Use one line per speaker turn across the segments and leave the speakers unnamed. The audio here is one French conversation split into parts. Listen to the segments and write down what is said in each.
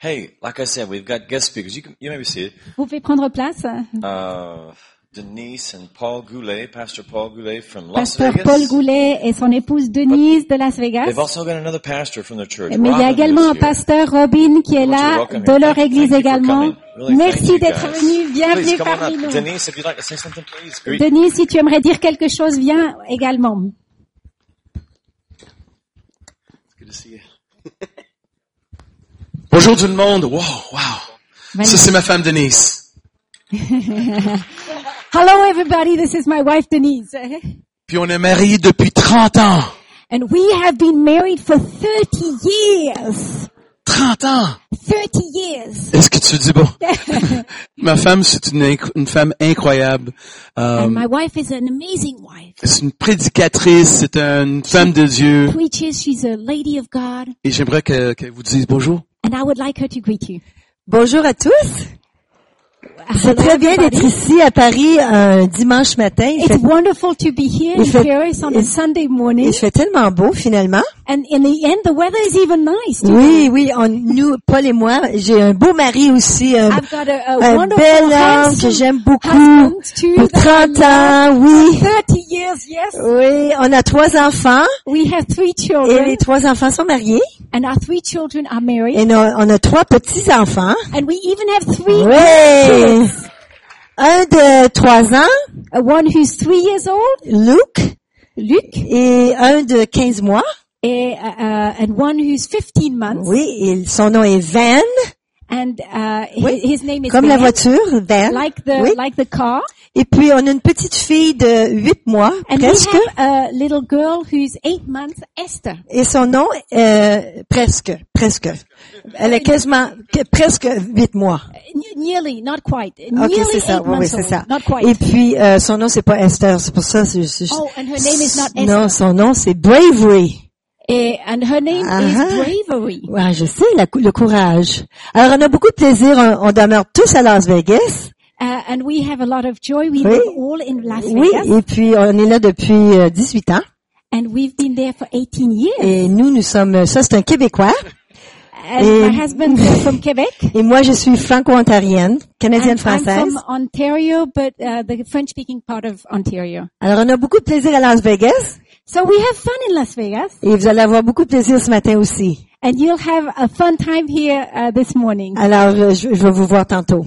Hey, like I said, we've got guest speakers. You can you may be seated.
Vous pouvez prendre place.
Uh, Denise and Paul Goulet, Pastor Paul Goulet from Las
Pasteur
Vegas.
Paul Goulet et son épouse Denise de Las Vegas.
They've also got another pastor from their church.
Eh, Mais il y a
Robin,
également un
who's here.
pasteur Robin qui est là,
Welcome
de
here.
leur
Thank-
église
thank you for
également.
coming. Really, thank
Merci
you guys.
d'être venu, bienvenue
Please come on
parmi
up.
nous.
Denise, if you'd like to say something, please greet.
Denise, si tu aimerais dire quelque chose, viens également.
Good to see you.
Bonjour tout le monde. Wow, wow. Ça,
Magnifique.
c'est ma femme Denise.
Hello everybody, this is my wife Denise.
Puis on est mariés depuis 30 ans.
And we have been married for 30 years.
30 ans.
30 years.
Est-ce que tu dis bon? ma femme, c'est une, inc- une femme incroyable. Euh,
Um,
And my wife is an amazing wife.
c'est une prédicatrice, c'est une femme de Dieu.
Preaches, she's a lady of God.
Et j'aimerais que- qu'elle vous dise bonjour.
And I would like her to greet you.
Bonjour à tous. C'est
Hello,
très bien
everybody.
d'être ici à Paris un dimanche matin. Il fait,
It's wonderful to be here in
Il fait-
Paris on a Sunday morning.
il fait tellement beau finalement.
And in the end, the weather is even nice. too.
Oui, oui, on, nous, Paul et moi, j'ai un beau mari aussi, un,
I've got a, a
un
wonderful
bel homme
handsome
que j'aime beaucoup.
husband too.
Pour
that I
30
love.
ans, oui.
30 years, yes.
Oui, on a trois enfants
We have three
et
children
les trois enfants sont mariés.
and our three children are married
Et on a, on a trois petits-enfants.
and we even have three
Oui. Un de trois ans,
uh, one who's three years old,
Luc,
Luc,
et un de 15 mois.
eh, uh, uh, and one who's 15 months
Oui, et son nom est Van,
and uh, hi-
Oui.
his name is
comme la
Ben,
voiture, Van.
like the
Oui.
like the car
Et puis, on a une petite fille de 8 mois,
and
presque,
we have a little girl who's 8 months, Esther.
et son nom, euh, presque, presque. Elle a quasiment, que- presque 8 mois.
N- nearly, not quite.
Ok,
nearly
c'est ça,
eight
oui, oui,
months
c'est
old,
ça.
Not quite.
Et puis, euh, son nom, c'est pas Esther, c'est pour ça, c'est, c'est-
oh, and her name is not Esther.
Non, son nom, c'est Bravery.
Eh, and her name
Ah.
is Bravery.
Ouais, je sais, la cou- le courage. Alors, on a beaucoup de plaisir, on, on demeure tous à Las Vegas.
Uh, and we have a lot of joy. We
Oui.
live all in Las
Oui,
Vegas.
et puis, on est là depuis euh, 18 ans.
And we've been there for 18 years.
Et nous, nous sommes, ça c'est un Québécois.
And
Et-
my husband is from Quebec.
Et moi, je suis franco-ontarienne,
And I'm
canadienne-française.
from Ontario, but uh, the French-speaking part of Ontario.
Alors, on a beaucoup de plaisir à Las Vegas.
So we have fun in Las Vegas.
Et vous allez avoir beaucoup de plaisir ce matin aussi.
And you'll have a fun time here uh, this morning.
Alors, euh, je, je vais vous voir tantôt.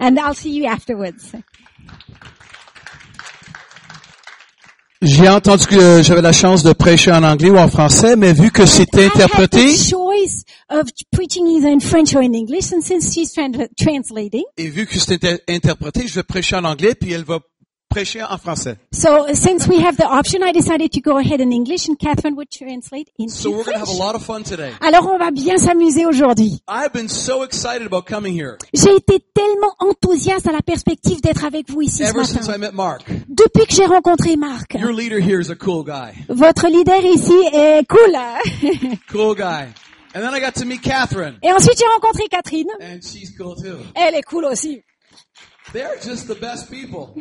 And I'll see you afterwards.
J'ai entendu que j'avais la chance de prêcher en anglais ou en français, mais vu que c'était
I
interprété
had the choice of preaching either in French or in English, and since she's tran- translating,
et vu que c'était interprété, je vais prêcher en anglais puis elle va prêcher en français.
so since we have the option, I decided to go ahead in English, and Catherine would translate into
So we're gonna have a
French.
lot of fun today.
Alors on va bien s'amuser aujourd'hui.
I've been so excited about coming here
J'ai été tellement enthousiaste à la perspective d'être avec vous ici ce
ever since
matin.
I met Mark.
Depuis que j'ai rencontré Marc,
Your leader here is a cool guy.
votre leader ici est cool.
Cool guy. And then I got to meet Catherine.
Et ensuite j'ai rencontré Catherine.
And she's cool too.
Elle est cool aussi.
They're just the best people.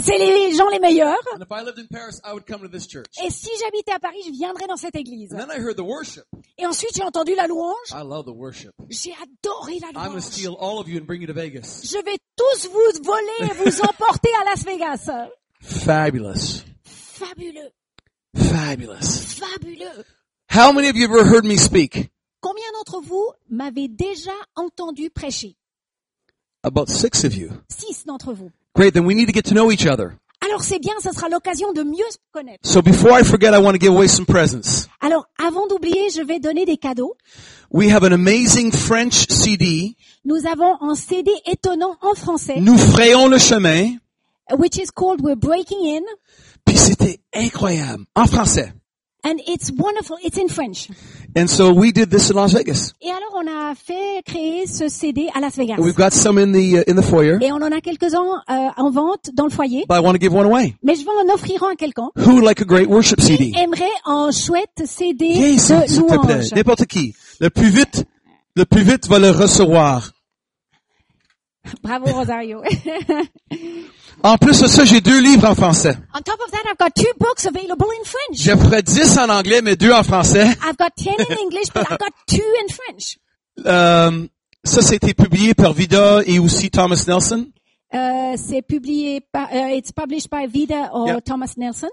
C'est les gens les meilleurs.
And if I lived in Paris, I would come to this church.
Et si j'habitais à Paris, je viendrais dans cette église.
And then I heard the worship.
Et ensuite, j'ai entendu la louange.
I love the worship.
J'ai adoré la
I'm gonna
louange.
steal all of you and bring you to Vegas.
Je vais tous vous voler et vous emporter à Las Vegas.
Fabulous.
Fabuleux,
Fabulous.
fabuleux.
How many of you have ever heard me speak?
Combien d'entre vous m'avez déjà entendu prêcher
About six of you.
Six d'entre vous.
Great, then we need to get to know each other.
Alors c'est bien, ça sera l'occasion de mieux se connaître.
So before I forget, I want to give away some presents.
Alors avant d'oublier, je vais donner des cadeaux.
We have an amazing French CD,
Nous avons un CD étonnant en français,
Nous frayons le chemin,
which is called We're Breaking In,
puis c'était incroyable, en français.
and it's wonderful. It's in French.
And so we did this in Las Vegas.
Et alors on a fait créer ce CD à Las Vegas.
And We've got some in the uh, in the foyer,
Et on en a quelques-uns euh, en vente dans le foyer,
but I want to give one away.
mais je vais en offrir un à quelqu'un.
Who would like a great worship CD?
Qui aimerait un chouette CD
Yes,
de
s'il te plaît,
louange
n'importe qui. Le plus vite, le plus vite va le recevoir.
Bravo Rosario.
En plus de ça, j'ai deux livres en français.
On top of that, I've got two books available in French.
J'en ferai dix en anglais, mais deux en français.
I've got 10 in English, but I've got two in French.
Um, Ça, c'était publié par Vida et aussi Thomas Nelson.
Euh, c'est publié par, euh, it's published by Vida or
Yeah.
Thomas Nelson.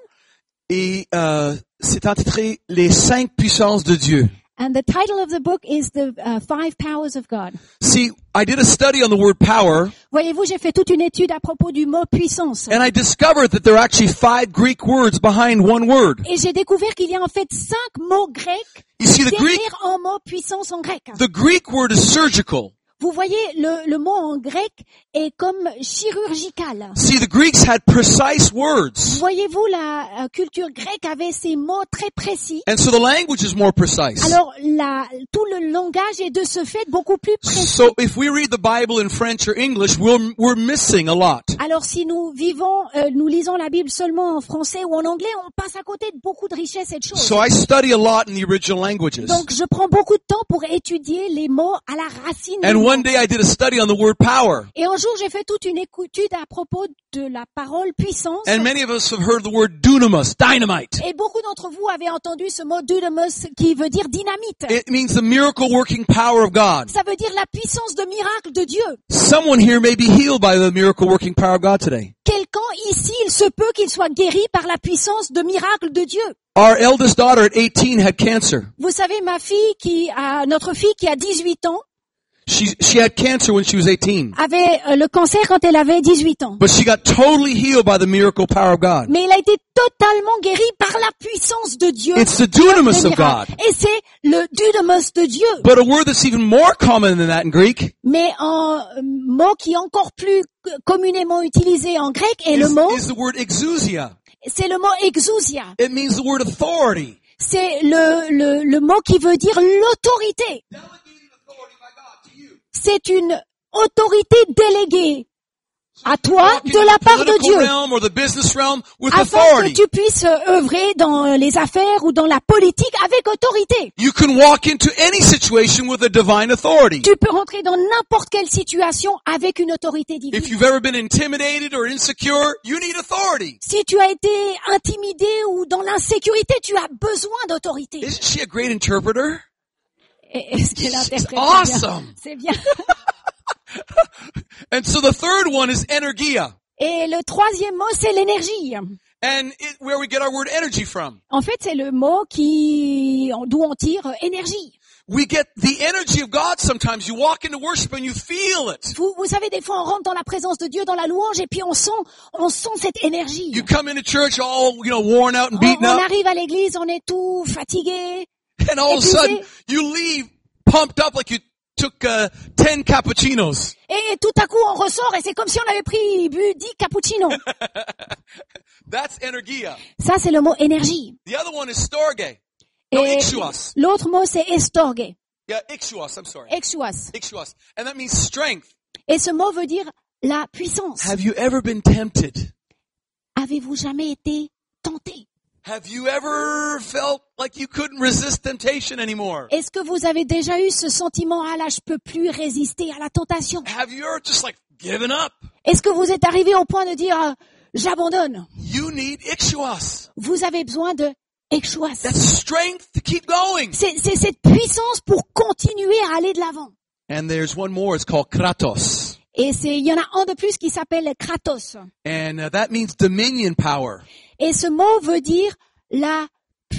Et euh, c'est titré Les cinq puissances de Dieu.
And the title of the book is The uh, Five Powers of God.
See, I did a study on the word power,
Voyez-vous, j'ai fait toute une étude à propos du mot puissance.
and I discovered that there are actually five Greek words behind one word.
Et j'ai découvert qu'il y a en fait cinq mots grecs
You see, the Greek,
derrière un mot puissance en grec.
the Greek word is surgical.
Vous voyez, le, le mot en grec est comme chirurgical.
See, the Greeks had precise words,
Voyez-vous, la euh, culture grecque avait ces mots très précis.
and so the language is more precise.
Alors, la, tout le langage est de ce fait beaucoup plus précis.
So if we read the Bible in French or English, we're, we're missing a lot.
Alors, si nous vivons, euh, nous lisons la Bible seulement en français ou en anglais, on passe à côté de beaucoup de richesses et de choses.
So I study a lot in the original languages.
Donc, je prends beaucoup de temps pour étudier les mots à la racine. des
And
mots.
one day I did a study on the word power.
Et un jour, j'ai fait toute une étude à propos de la parole puissance.
And many of us have heard the word dunamis, dynamite.
Et beaucoup d'entre vous avez entendu ce mot dunamis qui veut dire dynamite.
It means the miracle working power of God.
Ça veut dire la puissance de miracle de Dieu.
Someone here may be healed by the miracle working power of God today.
Quelqu'un ici, il se peut qu'il soit guéri par la puissance de miracle de Dieu.
Our eldest daughter at 18 had cancer.
Vous savez, ma fille qui a, notre fille qui a 18 ans
She, she had cancer when she was 18.
avait euh, le cancer quand elle avait 18 ans.
But she got totally healed by the miracle power of God.
Mais il a été totalement guéri par la puissance de Dieu.
It's
Le
the dunamis of God.
miracle. Et c'est le dunamis de Dieu.
But a word that's even more common than that in Greek
Mais en euh, mot qui est encore plus euh, communément utilisé en grec est le
is,
mot,
is the word exousia.
c'est le mot exousia.
It means the word authority.
C'est le, le, le mot qui veut dire l'autorité.
Delegated authority by God to you.
C'est une autorité déléguée à toi
Walking
de la
in the
part de
political
Dieu.
realm or the business realm with
Afin que
authority.
tu puisses euh, œuvrer dans euh, les affaires ou dans la politique avec autorité.
You can walk into any situation with a divine authority.
Tu peux rentrer dans n'importe quelle situation avec une autorité divine.
If you've ever been intimidated or insecure, you need authority.
Si tu as été intimidé ou dans l'insécurité, tu as besoin d'autorité.
Isn't she a great interpreter?
Et- Est-ce qu'elle interprète
awesome.
bien C'est bien.
And so the third one is energia.
Et le troisième mot, c'est l'énergie.
And it, where we get our word energy from.
En fait, c'est le mot qui, d'où on tire euh, énergie.
We get the energy of God sometimes. You walk into worship and you feel it.
Vous, vous savez, des fois, on rentre dans la présence de Dieu, dans la louange, et puis on sent, on sent cette énergie.
You come into church all, you know, worn out and
On,
beaten
Oh, on
up.
arrive à l'église, on est tout fatigué,
And all of a
épuisé.
sudden, you leave pumped up like you took uh, 10 cappuccinos.
et tout à coup, on ressort, et c'est comme si on avait pris bu 10 cappuccinos.
That's energia.
Ça, c'est le mot énergie.
The other one is storge. No,
Et
ixuas.
l'autre mot, c'est estorgue,
Yeah, ixuas, I'm sorry.
exuas.
Ixuas. And that means strength.
Et ce mot veut dire la puissance.
Have you ever been tempted?
Avez-vous jamais été tenté
Have you ever felt like you couldn't resist temptation anymore?
Est-ce que vous avez déjà eu ce sentiment ah là je peux plus résister à la tentation
Have you ever just like given up?
Est-ce que vous êtes arrivé au point de dire euh, j'abandonne
You need ixuas.
Vous avez besoin de
That
Ekchouas.
strength to keep going.
C'est c'est cette puissance pour continuer à aller de l'avant.
And there's one more. It's called kratos.
Et c'est il y en a un de plus qui s'appelle Kratos.
And uh, that means dominion power.
Et ce mot veut dire la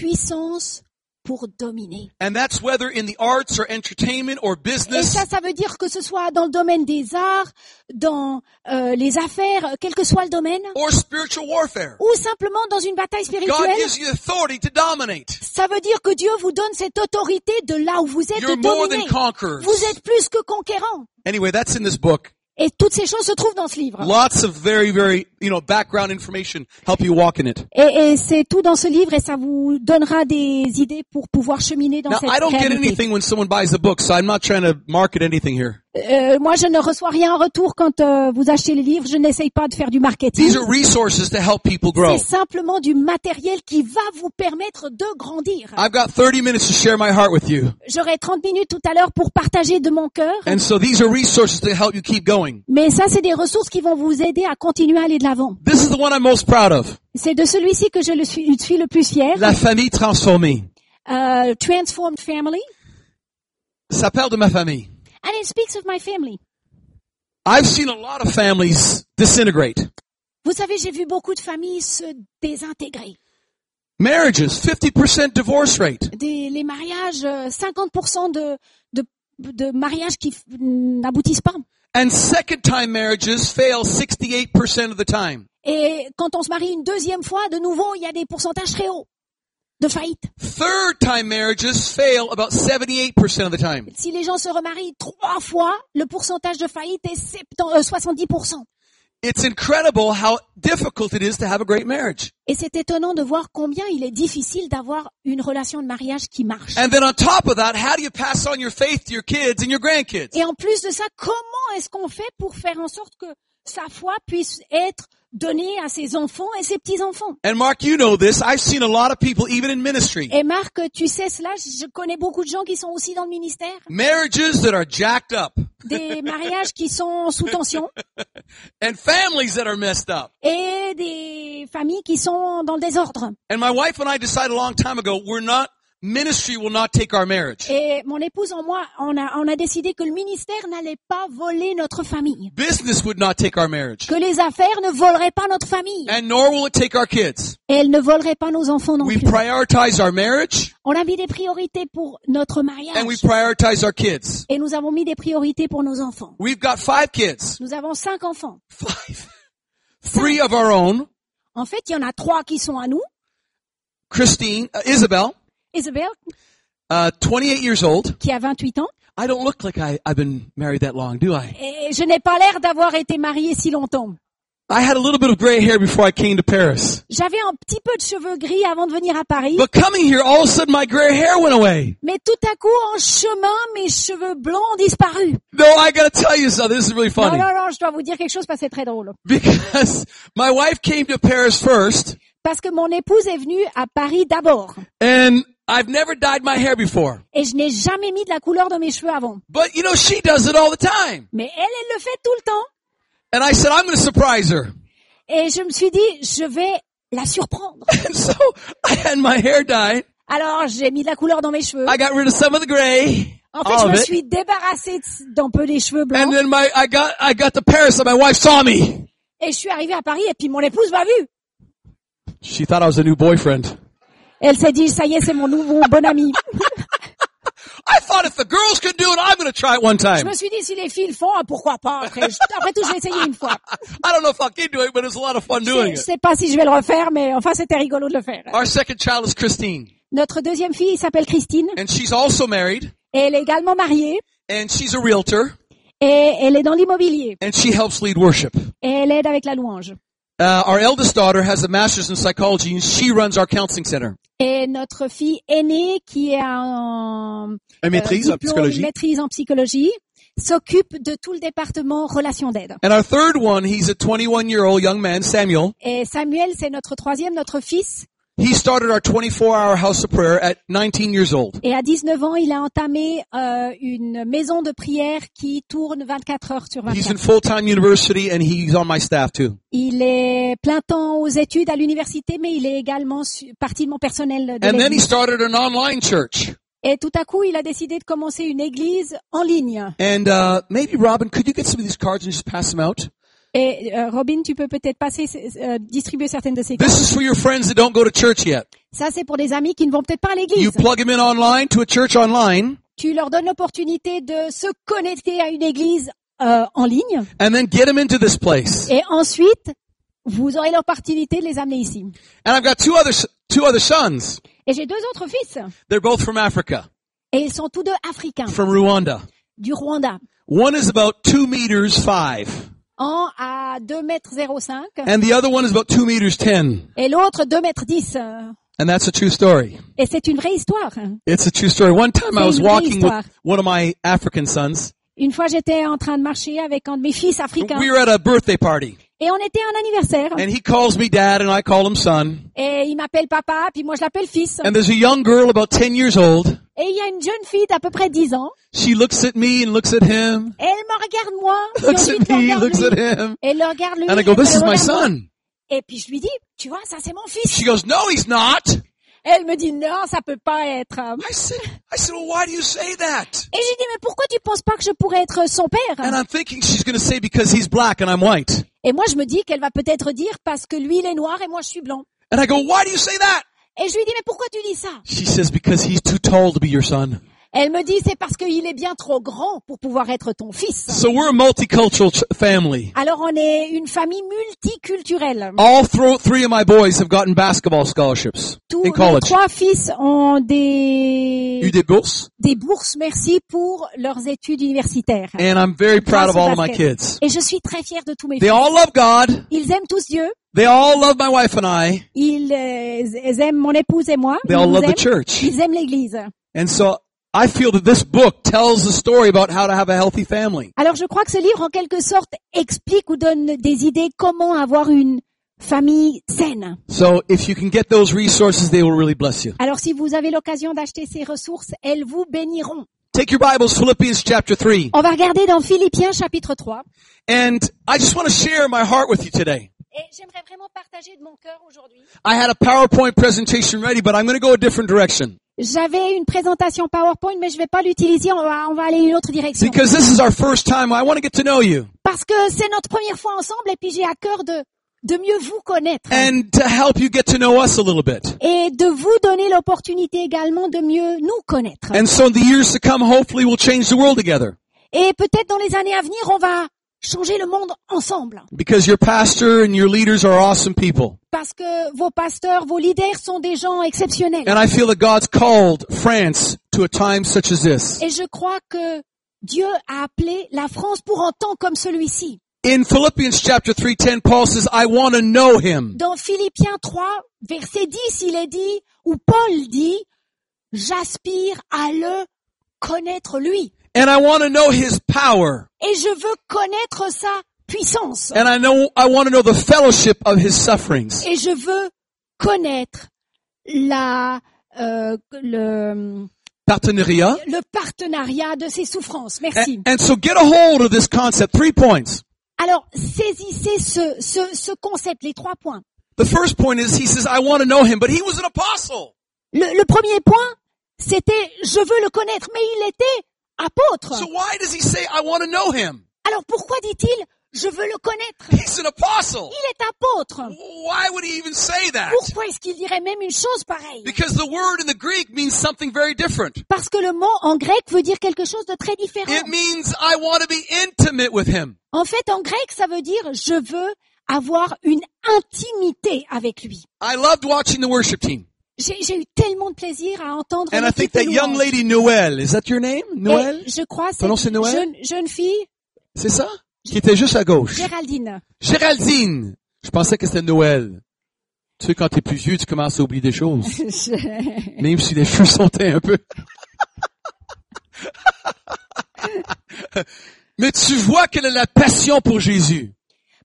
puissance pour dominer.
And that's whether in the arts or entertainment or
Et
business.
ça, ça veut dire que ce soit dans le domaine des arts, dans euh, les affaires, quel que soit le domaine,
or spiritual warfare.
ou simplement dans une bataille
God
spirituelle.
gives you authority to dominate.
Ça veut dire que Dieu vous donne cette autorité de là où vous êtes
You're more than
dominé.
conquerors.
Vous êtes plus que conquérant.
Anyway, that's in this book.
Et toutes ces choses se trouvent dans ce livre.
Lots of very, very, you know, background information help you walk in it.
Et, et c'est tout dans ce livre et ça vous donnera des idées pour pouvoir cheminer dans
Now,
cette
I don't get
réalité.
anything when someone buys a book, so I'm not trying to market anything here.
Euh, moi, je ne reçois rien en retour quand euh, vous achetez les livres. Je n'essaye pas de faire du marketing.
These are resources to help people grow.
C'est simplement du matériel qui va vous permettre de grandir.
I've got 30 minutes to share my heart with you.
J'aurai 30 minutes tout à l'heure pour partager de mon cœur.
And so these are resources to help you keep going.
Mais ça, c'est des ressources qui vont vous aider à continuer à aller de l'avant.
This is the one I'm most proud of.
C'est de celui-ci que je le suis, suis le plus fier.
La famille transformée.
Euh, Transformed Family.
Ça parle de ma famille.
And it speaks of my family.
I've seen a lot of families disintegrate.
Vous savez, j'ai vu beaucoup de familles se désintégrer.
Marriages, 50% divorce rate.
Des, les mariages, euh, 50% de, de, de mariages qui f- n'aboutissent pas.
And second time marriages fail 68% of the time.
Et quand on se marie une deuxième fois, de nouveau, il y a des pourcentages très hauts de faillite.
Third time marriages fail about 78% of the time.
Si les gens se remarient trois fois, le pourcentage de faillite est 70 euh, 70%.
It's incredible how difficult it is to have a great marriage.
Et c'est étonnant de voir combien il est difficile d'avoir une relation de mariage qui marche.
And then on top of that, how do you pass on your faith to your kids and your grandkids?
Et en plus de ça, comment est-ce qu'on fait pour faire en sorte que sa foi puisse être donnée à ses enfants et ses petits-enfants
And Mark, you know this. I've seen a lot of people, even in ministry,
Et Marc, tu sais cela, je connais beaucoup de gens qui sont aussi dans le ministère,
marriages that are jacked up
des mariages qui sont sous tension
and families that are messed up.
et des familles qui sont dans le désordre.
And my wife and I decided a long time ago, we're not, ministry will not take our marriage.
Et mon épouse en moi, on a, on a décidé que le ministère n'allait pas voler notre famille,
Business would not take our marriage.
que les affaires ne voleraient pas notre famille
And nor will it take our kids.
et elles ne voleraient pas nos enfants non
We
plus.
prioritize our marriage
On a mis des priorités pour notre
and we
mariage
prioritize our kids.
et nous avons mis des priorités pour nos enfants.
We've got five kids.
Nous avons cinq enfants.
Five. Three of our own.
En fait, il y en a trois qui sont à nous.
Christine, uh, Isabel,
Isabelle,
uh, 28 years old.
qui a 28 ans.
I don't look like I, I've been married that long, do I?
Et je n'ai pas l'air d'avoir été mariée si longtemps.
I had a little bit of gray hair before I came to Paris.
J'avais un petit peu de cheveux gris avant de venir à Paris.
But coming here, all of a sudden my gray hair went away.
Mais tout à coup, en chemin, mes cheveux blancs ont disparu.
No, I gotta tell you something. This is really
Non,
funny.
non, non, je dois vous dire quelque chose parce que c'est très drôle.
Because my wife came to Paris first
Parce que mon épouse est venue à Paris d'abord.
and I've never dyed my hair before.
Et je n'ai jamais mis de la couleur dans mes cheveux avant.
But you know, she does it all the time.
Mais elle, elle le fait tout le temps.
And I said, I'm going to surprise her.
Et je me suis dit, je vais la surprendre.
And so I had my hair dyed.
Alors, j'ai mis de la couleur dans mes cheveux.
I got rid of some of the gray.
En fait,
all
je
of
me
it.
suis débarrassée de- d'un peu des cheveux
And
blancs.
then my, I got, I got to Paris and my wife saw me.
Et je suis arrivée à Paris et puis mon épouse m'a vue.
She thought I was a new boyfriend.
Elle s'est dit, ça y est, c'est mon nouveau bon ami.
I thought if the girls can do it, I'm going to try it one
Je
time.
me suis dit, si les filles le font, ah, pourquoi pas après, je- après tout, je vais essayer une fois.
I don't know if I'll keep doing it, but it's a lot of fun
Je sais,
doing
je
it.
sais pas si je vais le refaire, mais enfin, c'était rigolo de le faire.
Our second child is Christine
Notre deuxième fille s'appelle Christine.
and she's also married
Et elle est également mariée.
and she's a realtor
Et elle est dans l'immobilier.
and she helps lead worship.
Et elle aide avec la louange.
Uh, our eldest daughter has a master's in psychology and she runs our counseling center.
Et notre fille aînée, qui est en
Elle
euh, diplôme, maîtrise en psychologie, s'occupe de tout le département relations d'aide.
And our third one, he's a 21 year old young man, Samuel.
Et Samuel, c'est notre troisième, notre fils.
He started our 24 hour house of prayer at 19 years old.
Et à 19 ans, il a entamé euh, une maison de prière qui tourne 24 heures sur
He's in
24.
full time university and he's on my staff too.
Il est plein temps aux études à l'université, mais il est également su- partie de mon personnel de
And then he
l'église.
started an online church.
Et tout à coup, il a décidé de commencer une église en ligne.
And uh, maybe Robin, could you get some of these cards and just pass them out?
Et euh, Robin, tu peux peut-être passer ces- euh, distribuer certaines de ces cartes.
This is for your friends that don't go to church yet.
Ça, c'est pour des amis qui ne vont peut-être pas à l'église.
You plug them in online to a church online,
Tu leur donnes l'opportunité de se connecter à une église euh, en ligne,
and then get them into this place.
et ensuite, vous aurez l'opportunité de les amener ici.
And I've got two other s- two other sons.
Et j'ai deux autres fils.
They're both from Africa,
Et ils sont tous deux africains,
from Rwanda.
du Rwanda,
One is about two meters five,
en à 2 mètres 05
and the other one is about two meters ten.
et l'autre 2 mètres 10. euh,
And that's a true story.
Et c'est une vraie histoire.
It's a true story. One time I
C'est
was
une vraie
walking
histoire.
with one of my African sons.
Une fois, j'étais en train de marcher avec un de mes fils africains
We were at a birthday party,
et on était à un anniversaire
and he calls me dad, and I call him son.
et il m'appelle papa puis moi je l'appelle fils
And there's a young girl about 10 years old.
et il y a une jeune fille d'à peu près 10 ans
She looks at me and looks at him,
et elle me regarde moi puis
looks at
ensuite elle
me,
regarde
looks
lui.
at him.
et elle le regarde lui
And I
et
go,
puis
this
elle
is my
regarde moi.
son.
et puis je lui dis tu vois ça c'est mon fils
She goes, no, he's not.
Elle me dit non, ça peut pas être.
I said, I said, well, why do you say that?
Et j'ai dit mais pourquoi tu penses pas que je pourrais être son
And
père
I'm thinking she's going to say because he's black and I'm white.
Et moi je me dis qu'elle va peut-être dire parce que lui il est noir et moi je suis blanc.
And I go, why do you say that?
Et je lui dis mais pourquoi tu dis ça
She says, because he's too tall to be your son.
Elle me dit c'est parce qu'il est bien trop grand pour pouvoir être ton fils.
So we're a multicultural ch- family.
Alors on est une famille multiculturelle.
All thro- three of my boys have gotten basketball scholarships
Tous
in
les
college.
trois fils ont des
Eu des bourses,
des bourses merci pour leurs études universitaires.
and I'm very proud
Grâce
of
au
all of my
basket.
kids.
Et je suis très fière de tous mes
They
fils.
all love God.
Ils aiment tous Dieu.
They all love my wife and I.
Ils, euh, ils aiment mon épouse et moi.
They
Ils
all
nous
love the
aiment.
church.
Ils aiment l'église.
And so I feel that this book tells the story about how to have a healthy family.
Alors je crois que ce livre, en quelque sorte, explique ou donne des idées comment avoir une famille saine.
So if you can get those resources, they will really bless you.
Alors si vous avez l'occasion d'acheter ces ressources, elles vous béniront.
Take your Bibles, Philippians chapter 3.
On va regarder dans Philippiens chapitre 3.
And I just want to share my heart with you today.
Et j'aimerais vraiment partager de mon cœur aujourd'hui.
I had a PowerPoint presentation ready, but I'm going to go a different direction
J'avais une présentation PowerPoint, mais je vais pas l'utiliser. On va, on va aller une autre direction.
because this is our first time. I want to get to know you
Parce que c'est notre première fois ensemble et puis j'ai à cœur de, de mieux vous connaître.
and to help you get to know us a little bit.
et de vous donner l'opportunité également de mieux nous connaître.
And so in the years to come, hopefully we'll change the world together
Et peut-être dans les années à venir, on va changer le monde ensemble.
because your pastor and your leaders are awesome people.
Parce que vos pasteurs, vos leaders sont des gens exceptionnels.
And I feel that God's called France to a time such as this.
Et je crois que Dieu a appelé la France pour un temps comme celui-ci.
In Philippians chapter 3:10 Paul says, "I want to know him."
Dans Philippiens 3, verset 10, il est dit, ou Paul dit, j'aspire à le connaître lui.
And I want to know his power.
Et je veux connaître sa puissance.
And I know I want to know the fellowship of his sufferings.
et je veux connaître la euh, le,
Partenariat.
le partenariat de ses souffrances. Merci.
And, and so get a hold of this concept. Three points.
Alors saisissez ce, ce ce concept, les trois points.
The first point is he says, "I want to know him," but he was an apostle.
Le, le premier point, c'était je veux le connaître, mais il était apôtre.
So why does he say, "I want to know him"?
Alors pourquoi dit-il je veux le connaître
He's an apostle.
Il est apôtre.
Why would he even say that?
Pourquoi est-ce qu'il dirait même une chose pareille
Because the word in the Greek means something very different.
Parce que le mot en grec veut dire quelque chose de très différent.
It means I want to be intimate with him.
En fait, en grec, ça veut dire je veux avoir une intimité avec lui.
I loved watching the worship team.
J'ai j'ai eu tellement de plaisir à entendre.
And I think
l'équipe de
that young
louanges.
lady Noël, is that your name? Noël?
Et je crois
Ton nom, c'est
cette
Noël
jeune, jeune fille,
C'est ça? Qui était juste à gauche.
Géraldine.
Géraldine! Je pensais que c'était Noël. Tu sais, quand t'es plus vieux, tu commences à oublier des choses.
Je-
Même si les cheveux sont teints un peu. Mais tu vois qu'elle a la passion pour Jésus.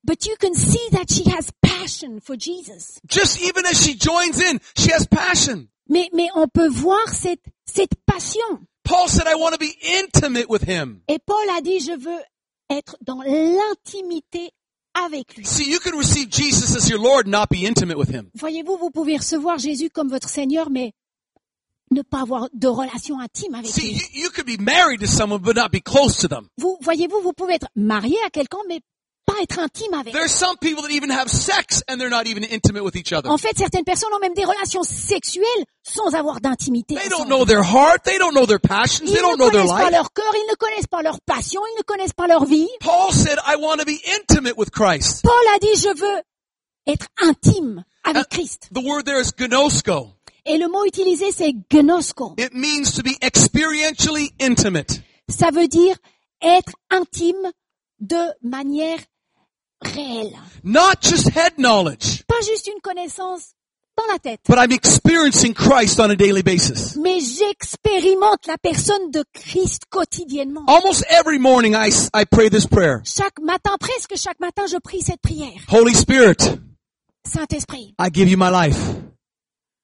But you can see that she has passion for Jesus.
Just even as she joins in, she has passion.
Mais, mais on peut voir cette, cette passion.
Paul said, I want to be intimate with him.
Et Paul a dit, je veux être dans l'intimité avec lui.
See, you can receive Jesus as your Lord and not be intimate with him.
Voyez-vous, vous pouvez recevoir Jésus comme votre Seigneur, mais ne pas avoir de relation intime avec
See,
lui.
you, you could be married to someone but not be close to them.
Vous, voyez-vous, vous pouvez être marié à quelqu'un, mais pas être intime avec lui.
There's some people that even have sex and they're not even intimate with each other.
En fait, certaines personnes ont même des relations sexuelles sans avoir d'intimité.
They
ensemble.
don't know their heart, they don't know their passions,
Ils
they
ne
don't know their
connaissent pas
life.
leur cœur, ils ne connaissent pas leur passion, ils ne connaissent pas leur vie.
Paul said, I want to be intimate with Christ.
Paul a dit, je veux être intime
Euh,
avec Christ.
The word there is gnosko.
Et le mot utilisé, c'est gnosko.
It means to be experientially intimate.
Ça veut dire être intime de manière réelle.
Not just head knowledge,
Pas juste une connaissance dans la tête.
but I'm experiencing Christ on a daily basis.
Mais j'expérimente la personne de Christ quotidiennement.
Almost every morning I, s- I pray this prayer.
Chaque matin, presque chaque matin, je prie cette prière.
Holy Spirit,
Saint-Esprit,
I give you my life.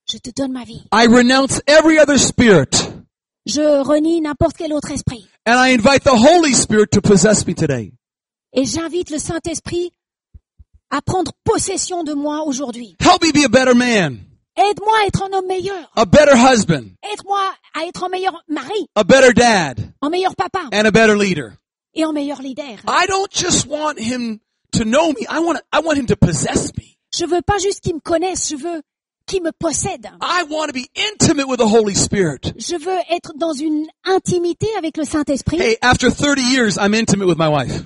je te donne ma vie.
I renounce every other spirit
Je renie n'importe quel autre esprit.
And I invite the Holy Spirit to possess me today.
Et j'invite le Saint-Esprit à prendre possession de moi aujourd'hui.
Help me be a better man.
Aide-moi à être un homme meilleur.
a better husband,
Aide-moi à être un meilleur mari,
a better dad,
un meilleur papa
and a better leader.
et un meilleur leader.
I don't just want him to know me. I want to, I want him to possess me.
Je veux pas juste qu'il me connaisse, je veux qu'il me possède.
I want to be intimate with the Holy Spirit.
Je veux être dans une intimité avec le Saint-Esprit.
Hey, after 30 years, I'm intimate with my wife.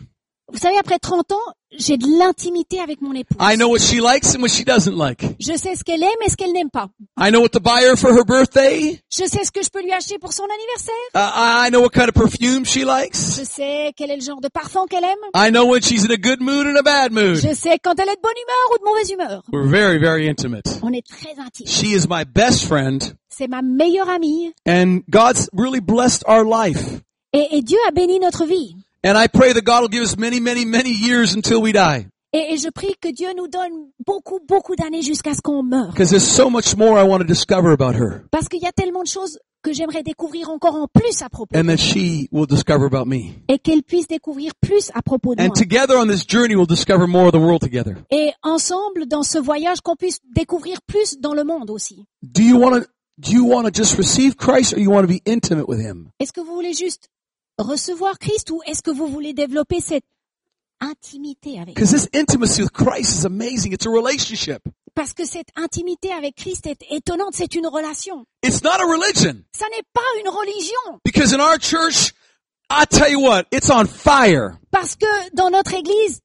Vous savez, après 30 ans, j'ai de l'intimité avec mon épouse.
I know what she likes and what she doesn't like.
Je sais ce qu'elle aime et ce qu'elle n'aime pas.
I know what to buy her for her birthday.
Je sais ce que je peux lui acheter pour son anniversaire.
Uh, I I know what kind of perfume she likes.
Je sais quel est le genre de parfum qu'elle aime.
I know when she's in a good mood and a bad mood.
Je sais quand elle est de bonne humeur ou de mauvaise humeur.
We're very, very intimate.
On est très intime.
She is my best friend
C'est ma meilleure amie.
and God's really blessed our life.
Et, et Dieu a béni notre vie.
And I pray that God will give us many, many, many years until we die.
Et, et je prie que Dieu nous donne beaucoup, beaucoup d'années jusqu'à ce qu'on meure.
Because there's so much more I want to discover about her
Parce qu'il y a tellement de choses que j'aimerais découvrir encore en plus à propos.
and that she will discover about me.
Et qu'elle puisse découvrir plus à propos de
And
moi.
together on this journey, we'll discover more of the world together.
Et ensemble, dans ce voyage, qu'on puisse découvrir plus dans le monde aussi.
Do you want to, do you want to just receive Christ or you want to be intimate with Him?
Est-ce que vous voulez juste recevoir Christ ou est-ce que vous voulez développer cette intimité avec
Because this intimacy with Christ is amazing. It's a relationship.
Parce que cette intimité avec Christ est étonnante, c'est une relation.
It's not a religion.
Ça n'est pas une religion.
Because in our church, I tell you what, it's on fire.
Parce que dans notre église,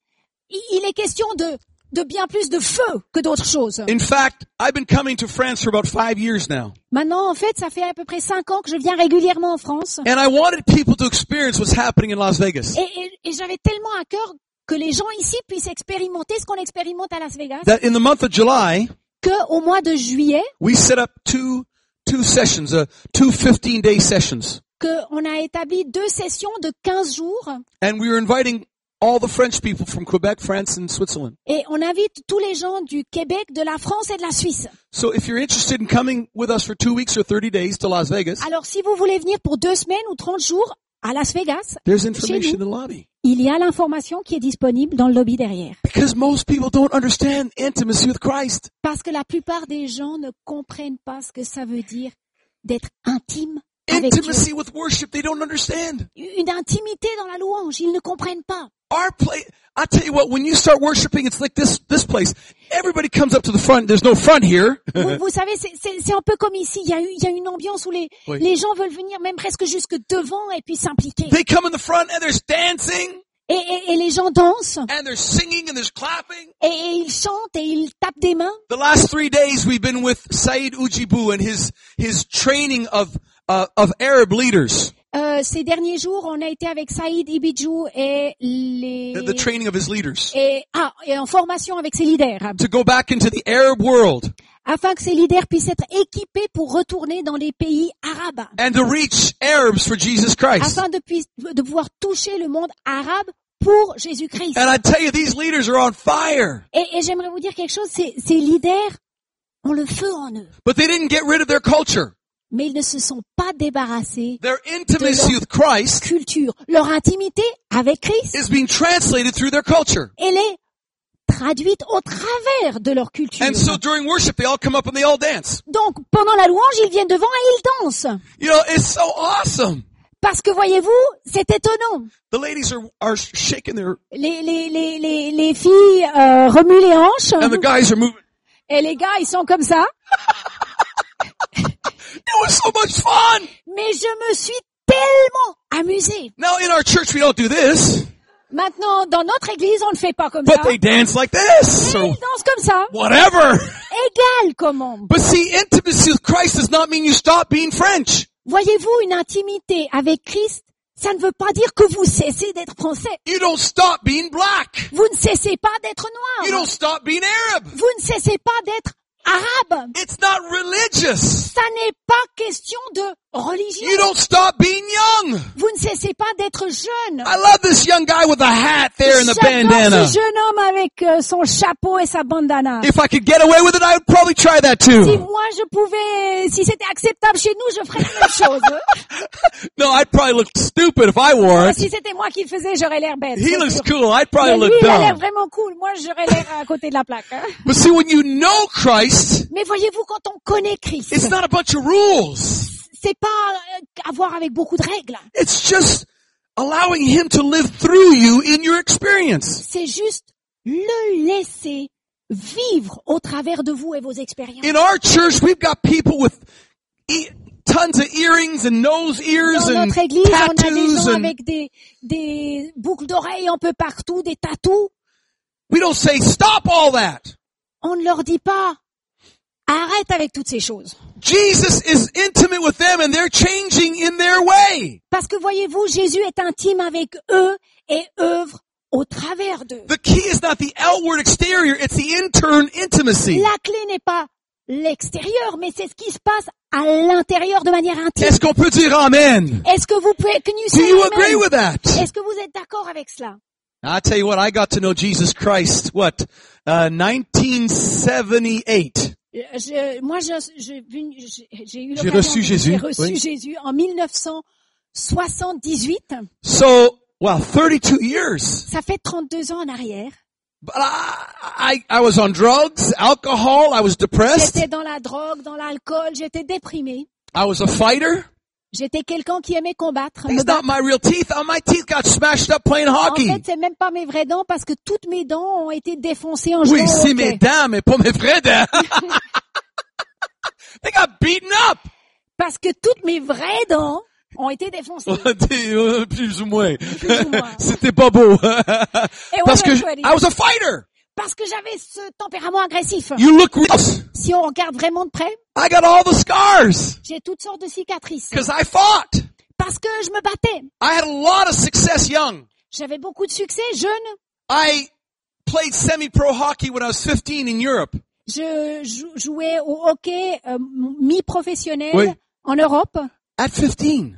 i- il est question de, de bien plus de feu que d'autres choses.
In fact, I've been coming to France for about five years now,
Maintenant, en fait, ça fait à peu près cinq ans que je viens régulièrement en France.
and I wanted people to experience what's happening in Las Vegas.
Et, et- et j'avais tellement à cœur que les gens ici puissent expérimenter ce qu'on expérimente à Las Vegas,
That in the month of July,
que au mois de juillet,
we set up two two sessions, uh, two 15-day sessions,
qu'on a établi deux sessions de 15 jours
and we were inviting all the French people from Quebec, France, and Switzerland.
et on invite tous les gens du Québec, de la France et de la Suisse.
So if you're interested in coming with us for two weeks or 30 days to Las Vegas,
Alors si vous voulez venir pour deux semaines ou 30 jours à Las Vegas,
there's information in the lobby.
il y a l'information qui est disponible dans le lobby derrière.
Because most people don't understand intimacy with Christ.
Parce que la plupart des gens ne comprennent pas ce que ça veut dire d'être intime avec Dieu.
Intimacy with worship, they don't understand.
Une intimité dans la louange, ils ne comprennent pas.
Our place, I tell you what, when you start worshiping, it's like this, this place. Everybody comes up to the front. There's no front here.
Vous, vous savez, c'est- c'est c'est un peu comme ici, il y, a, eu- il y a une ambiance où les,
Oui.
les gens veulent venir même presque jusque devant et puis s'impliquer.
They come in the front and there's dancing
Et, et- et les gens dansent,
and there's singing and there's clapping.
et, et ils chantent, et ils tapent des mains.
The last three days we've been with Said Ujibu and his, his training of, uh, of Arab leaders.
Euh, ces derniers jours, on a été avec Saïd Ibidjou et les...
The, the training of his leaders.
Et, ah, et en formation avec ses leaders,
To go back into the Arab world
afin que ces leaders puissent être équipés pour retourner dans les pays arabes,
and to reach Arabs for Jesus Christ.
afin de, puis- de pouvoir toucher le monde arabe pour Jésus-Christ.
And I tell you, these leaders are on fire.
Et, et j'aimerais vous dire quelque chose, ces, ces leaders ont le feu en eux,
But they didn't get rid of their culture.
mais ils ne se sont pas débarrassés
Their intimacy with Christ
culture, leur intimité avec Christ.
is being translated through their culture.
elle est traduite au travers de leur culture.
And so during worship, they all come up and they all dance.
Donc, pendant la louange, ils viennent devant et ils dansent.
You know, it's so awesome.
Parce que voyez-vous, c'est étonnant.
The ladies are, are shaking their,
Les, les, les, les, les filles euh, remuent les
and the
hanches
guys are moving.
et les gars, ils sont comme ça.
It was so much fun.
Mais je me suis tellement amusée.
Now in our church, we don't do this,
Maintenant, dans notre église, on ne fait pas comme ça.
but they dance like this
Ils
or
dansent comme ça.
whatever.
Égal comment.
But see, intimacy with Christ does not mean you stop being French.
Voyez-vous, une intimité avec Christ, ça ne veut pas dire que vous cessez d'être français.
You don't stop being black.
Vous ne cessez pas d'être
You
noir.
don't stop being Arab.
vous ne cessez pas d'être arabe.
It's not religious.
Ça n'est pas question de religieux.
You don't stop being young.
Vous ne cessez pas d'être jeune.
I love this young guy with a hat there and the bandana.
J'adore ce jeune homme avec euh, son chapeau et sa bandana.
If I could get away with it, I would probably try that
Si
too.
moi je pouvais, si c'était acceptable chez nous, je ferais la même chose.
No, I'd probably look stupid if I wore
Ah,
it.
si c'était moi qui le faisais, j'aurais l'air bête.
Hein? He
c'est
looks
sûr.
cool.
Mais
I'd probably
lui,
look
il a l'air
dumb.
vraiment cool. Moi, j'aurais l'air à côté de la plaque. hein.
But see, when you know Christ,
Mais voyez-vous, quand on connaît Christ,
it's not a bunch of rules.
c'est pas euh, à voir avec beaucoup de règles.
It's just allowing Him to live through you in your experience.
C'est juste le laisser vivre au travers de vous et vos expériences.
In our church, we've got people with e- tons of earrings and nose ears
Dans
and
notre église, on a des
tattoos,
gens
and
avec des, des boucles d'oreilles un peu partout, des tatous.
we don't say, stop all that.
On ne leur dit pas, arrête avec toutes ces choses.
Jesus is intimate with them and they're changing in their way.
Parce que voyez-vous, Jésus est intime avec eux et œuvre au travers d'eux.
The key is not the outward exterior, it's the intern intimacy.
La clé n'est pas l'extérieur, mais c'est ce qui se passe à l'intérieur de manière intime.
Est-ce qu'on peut dire amen?
Est-ce que vous pouvez que nous
Do you
soyons
agree
humains
with that?
Est-ce que vous êtes d'accord avec cela
Now, I tell you what, I got to know Jesus Christ, what, uh, 1978.
Euh, je, Moi, je- je- j'ai j'ai eu
J'ai
l'occasion
reçu
de-
Jésus,
J'ai reçu
oui.
Jésus en 1978.
So, wow, 32 years.
Ça fait 32 ans en arrière.
But I, I, I was on drugs, alcohol, I was depressed,
J'étais dans la drogue, dans l'alcool, j'étais déprimée.
I was a fighter.
J'étais quelqu'un qui aimait combattre. me
These not my real teeth. Uh, my teeth got smashed up playing
En fait,
hockey.
c'est même pas mes vraies dents parce que toutes mes dents ont été défoncées en jouant
Oui,
au
c'est
hockey.
mes dents, mais pas mes vraies dents. They got beaten up.
Parce que toutes mes vraies dents ont été défoncées.
Des- euh, Plus ou moins.
Plus ou moins.
C'était pas beau.
Et
Parce
ouais,
que
ouais,
je-
ouais,
I was a fighter.
Parce que j'avais ce tempérament agressif.
You look rough.
Si on regarde vraiment de près,
I got all the scars
j'ai toutes sortes de cicatrices.
because I fought.
Parce que je me battais.
I had a lot of success young.
J'avais beaucoup de succès jeune.
I played semi-pro hockey when I was 15 in Europe.
Je jou- jouais au hockey euh, mi-professionnel
Oui.
en Europe
At 15.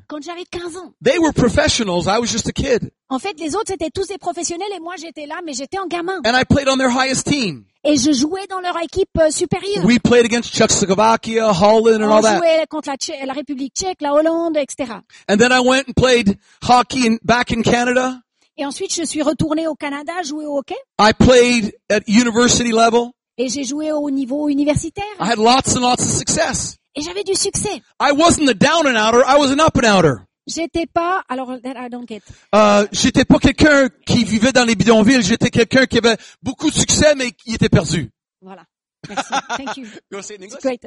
quand j'avais 15 ans.
They were professionals. I was just a kid.
En fait, les autres c'était tous des professionnels et moi j'étais là, mais j'étais en gamin.
And I played on their highest team.
Et je jouais dans leur équipe euh, supérieure.
We played against Czechoslovakia, Holland, and all
On
that.
jouait contre la, Tchè- la République tchèque, la Hollande, etc.
And then I went and played hockey in, back in Canada.
Et ensuite, je suis retournée au Canada jouer au hockey.
I played at university level.
Et j'ai joué au niveau
I
universitaire.
had lots and lots of success.
Et j'avais du succès.
I wasn't a down and outer. I was an up and outer.
J'étais pas, alors, I don't get.
Euh, j'étais pas quelqu'un qui vivait dans les bidonvilles. J'étais quelqu'un qui avait beaucoup de succès, mais qui était perdu.
Voilà. Merci. Thank you.
You wanna say it in English?
Great.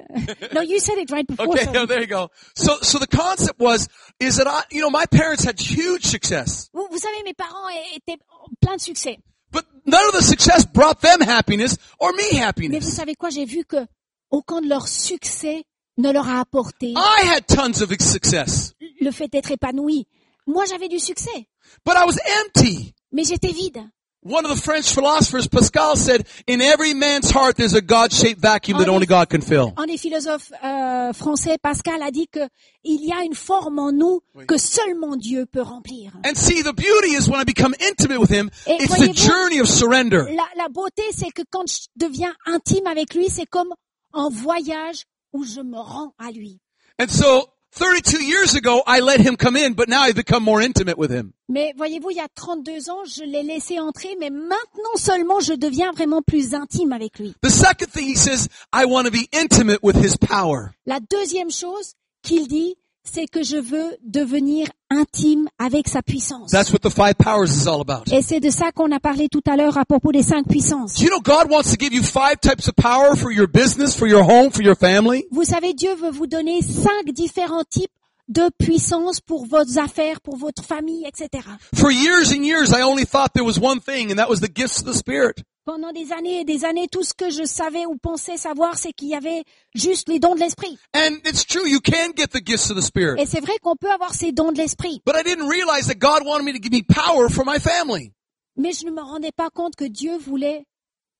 No, you said it right before.
Okay,
so-
there you go. So, so the concept was, is that I, you know, my parents had huge success,
Vous, vous savez, mes parents é- étaient plein de succès.
but none of the success brought them happiness or me
Mais vous
happiness.
savez quoi? J'ai vu que aucun de leur succès ne leur a apporté
I had tons of success,
le fait d'être épanoui. Moi, j'avais du succès.
but I was empty.
Mais j'étais vide.
One of the French philosophers, Pascal, said, in every man's heart there's a God-shaped vacuum that
Oh,
only
yes.
God can fill.
Un des philosophes euh, français, Pascal, a dit que il y a une forme en nous que seulement Dieu peut remplir.
And see, the beauty is when I become intimate with Him,
Et
it's the
voyez-vous-
journey of surrender.
La, la beauté, c'est que quand je deviens intime avec lui, c'est comme un voyage où je me rends à lui.
And so, 32 years ago, I let Him come in, but now I've become more intimate with Him.
Mais voyez-vous, il y a 32 ans, je l'ai laissé entrer, mais maintenant seulement, je deviens vraiment plus intime avec lui.
The second thing He says, I want to be intimate with His power.
La deuxième chose qu'il dit, c'est que je veux devenir intime avec sa puissance.
That's what the five powers is all about.
Et c'est de ça qu'on a parlé tout à l'heure à propos des cinq puissances.
Do you know God wants to give you five types of power for your business, for your home, for your family?
Vous savez, Dieu veut vous donner cinq différents types de puissance pour vos affaires, pour votre famille, etc.
For years and years, I only thought there was one thing, and that was the gifts of the Spirit.
Pendant des années et des années, tout ce que je savais ou pensais savoir, c'est qu'il y avait juste les dons de l'esprit.
And it's true, you can get the gifts of the
Et
Spirit.
c'est vrai qu'on peut avoir ces dons de l'esprit,
But I didn't realize that God wanted me to give me power for my family.
mais je ne me rendais pas compte que Dieu voulait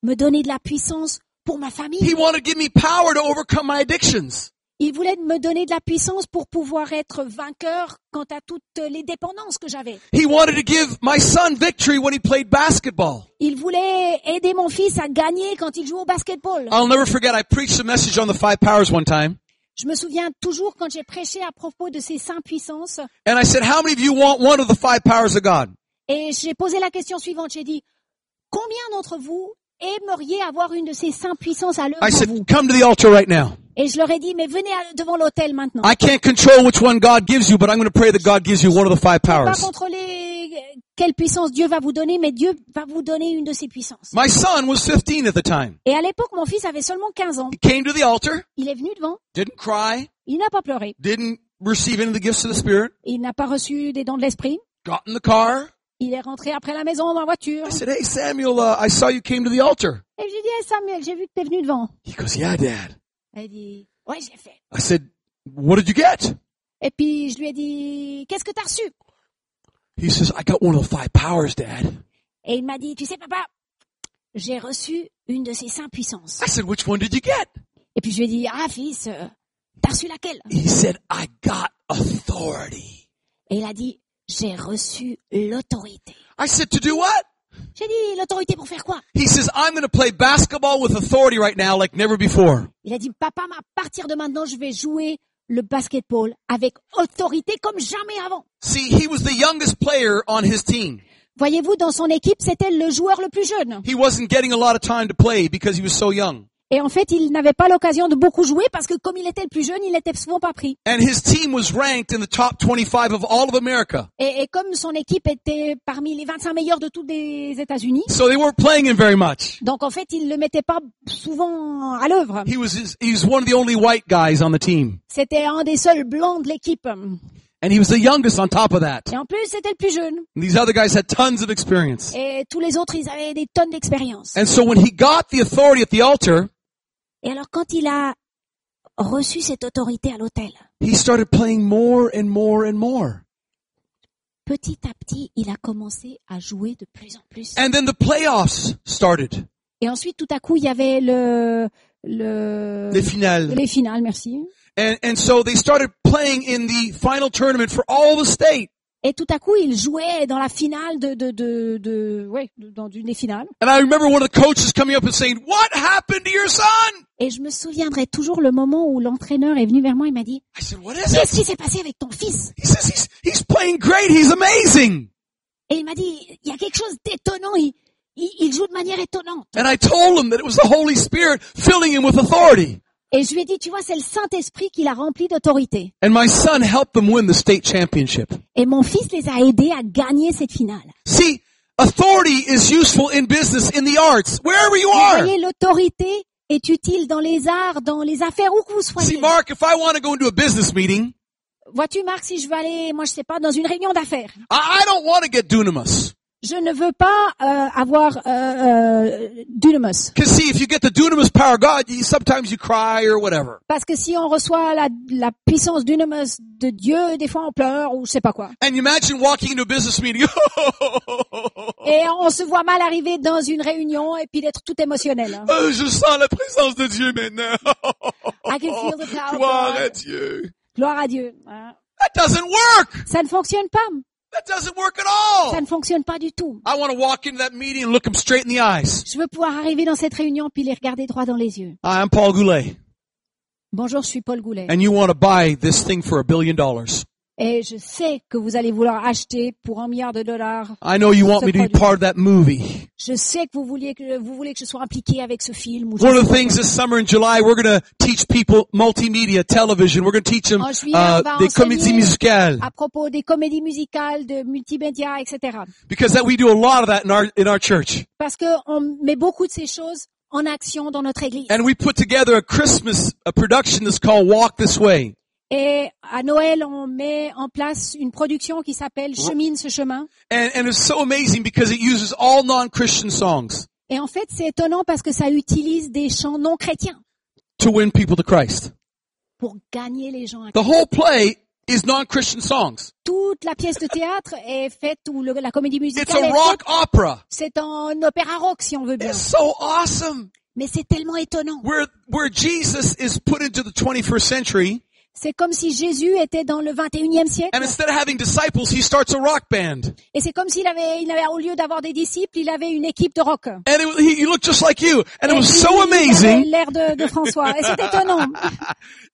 me donner de la puissance pour ma
He
famille.
wanted to give me power to overcome my addictions.
Il voulait me donner de la puissance pour pouvoir être vainqueur quant à toutes les dépendances que j'avais.
He wanted to give my son victory when he played basketball.
Il voulait aider mon fils à gagner quand il joue au basketball.
I'll never forget, I preached a message on the five powers one time,
Je me souviens toujours quand j'ai prêché à propos de ces saints puissances
and I said, How many of you want one of the five powers of God?
et j'ai posé la question suivante. J'ai dit, combien d'entre vous aimeriez avoir une de ces saints puissances à l'heure
I said, Come to the altar right now.
Et je leur ai dit, mais venez à- devant l'autel maintenant.
I can't control which one God gives you, but I'm going to pray that God gives you one of the five
pas
powers.
contrôler euh, quelle puissance Dieu va vous donner, mais Dieu va vous donner une de ses puissances.
My son was 15 at the time.
Et à l'époque, mon fils avait seulement 15 ans.
He came to the altar,
Il est venu devant,
didn't cry,
il n'a pas pleuré,
didn't receive any of the gifts of the Spirit,
il n'a pas reçu des dons de l'esprit.
got in the car.
Il est rentré après la maison dans la voiture.
I said, Hey, Samuel, uh, I saw you came to the altar.
Et je lui ai dit, Hey, Samuel, j'ai vu que t'es venu devant.
He goes, Yeah, Dad.
Elle dit, ouais, j'ai fait.
I said, What did you get?
Et puis, je lui ai dit, qu'est-ce que t'as reçu?
He says, I got one of the five powers, Dad.
Et il m'a dit, tu sais, papa, j'ai reçu une de ces saints puissances.
I said, Which one did you get?
Et puis, je lui ai dit, ah, fils, euh, t'as reçu laquelle?
He said, I got authority.
Et il a dit, j'ai reçu l'autorité.
I said, To do what?
J'ai dit, l'autorité pour faire quoi?
He says, I'm going to play basketball with authority right now like never before.
Il a dit, papa, à partir de maintenant, je vais jouer le basketball avec autorité comme jamais avant.
See, he was the youngest player on his team.
Voyez-vous, dans son équipe, c'était le joueur le plus jeune.
He wasn't getting a lot of time to play because he was so young.
Et en fait, il n'avait pas l'occasion de beaucoup jouer parce que comme il était le plus jeune, il n'était souvent pas pris.
And his team was ranked in the top 25 of all of America.
Et, et comme son équipe était parmi les 25 meilleurs de tous les États-Unis,
So they weren't playing him very much.
donc en fait, il ne le mettait pas souvent à l'œuvre.
He was, his, he was one of the only white guys on the team.
C'était un des seuls blancs de l'équipe.
And he was the youngest on top of that.
Et en plus, c'était le plus jeune.
And these other guys had tons of experience.
Et tous les autres, ils avaient des tonnes d'expérience.
And so when he got the authority at the altar,
Et alors, quand il a reçu cette autorité à l'hôtel,
he started playing more and more and more.
petit à petit, il a commencé à jouer de plus en plus.
And then the playoffs started.
Et ensuite, tout à coup, il y avait le, le,
Les finales.
les finales, merci.
And, and so they started playing in the final tournament for all the state.
Et tout à coup, il jouait dans la finale de, de, de, de ouais, de- dans une des finales.
And I remember one of the coaches coming up and saying, what happened to your son?
Et je me souviendrai toujours le moment où l'entraîneur est venu vers moi et m'a dit,
I said, what is it?
qu'est-ce qui s'est passé avec ton fils?
He says, he's, he's playing great. He's amazing.
Et il m'a dit, il y a quelque chose d'étonnant, il, il, il joue de manière étonnante.
And I told him that it was the Holy Spirit filling him with authority.
Et je lui ai dit, tu vois, c'est le Saint-Esprit qui l'a rempli d'autorité.
And my son helped them win the state championship.
Et mon fils les a aidés à gagner cette finale.
See, authority is useful in business, in the arts, wherever you
Vous
are.
voyez, l'autorité est utile dans les arts, dans les affaires, où que vous
See,
soyez.
Mark, if I want to go into a business meeting,
Vois-tu, Marc, si je veux aller, moi, je sais pas, dans une réunion d'affaires,
I, I don't want to get dunamis.
je ne veux pas euh, avoir euh, euh, dunamis.
Cause see, if you get the dunamis power of God, you, sometimes you cry or whatever.
Parce que si on reçoit la, la puissance dunamis de Dieu, des fois on pleure ou je sais pas quoi.
And you imagine walking into a business meeting. oh,
Et on se voit mal arriver dans une réunion et puis d'être tout émotionnel. hein.
je sens la présence de Dieu maintenant.
I can feel the power of
Oh, Gloire à
God.
Dieu.
Gloire à Dieu. hein.
That doesn't work.
Ça ne fonctionne pas.
That doesn't work at
Ça
all.
ne fonctionne pas du tout.
I want to walk into that meeting and look him straight in the eyes.
Je veux pouvoir arriver dans cette réunion puis les regarder droit dans les yeux.
Hi, I'm Paul Goulet.
Bonjour, je suis Paul Goulet.
And you want to buy this thing for a billion dollars.
Et je sais que vous allez vouloir acheter pour un milliard de dollars.
I know you want
Ce
me to be
produit.
part of that movie.
Je sais que vous vouliez que vous voulez que je sois impliqué avec ce film. Ou je-
One of the things this summer in July, we're going to teach people multimedia, television. We're going to teach them
En juillet,
uh,
Oh, on va
the comédie
enseigner Ah.
musicale.
à propos des comédies musicales, de multimédia, etc.
because that we do a lot of that in our in our church
Parce que on met beaucoup de ces choses en action dans notre église.
and we put together a christmas a production that's called walk this way
Et à Noël, on met en place une production qui s'appelle Chemine ce chemin.
and and it's so amazing because it uses all non-christian songs
Et en fait, c'est étonnant parce que ça utilise des chants non chrétiens
to win people to christ
pour gagner les gens. à
the whole play is non-christian songs
Toute la pièce de théâtre est faite ou le- la comédie
it's
musicale
a
est faite.
rock opera
C'est en opéra rock si on veut bien.
it's so awesome
Mais c'est tellement étonnant.
Where, where Jesus is put into the 21st century,
C'est comme si Jésus était dans le 21e siècle.
and instead of having disciples, he starts a rock band.
Et c'est comme s'il avait, il avait, au lieu d'avoir des disciples, il avait une équipe de rock.
And it, he, he looked just like you. And it
Et
was
puis,
so
il avait
amazing.
l'air de, de François. Et c'est étonnant.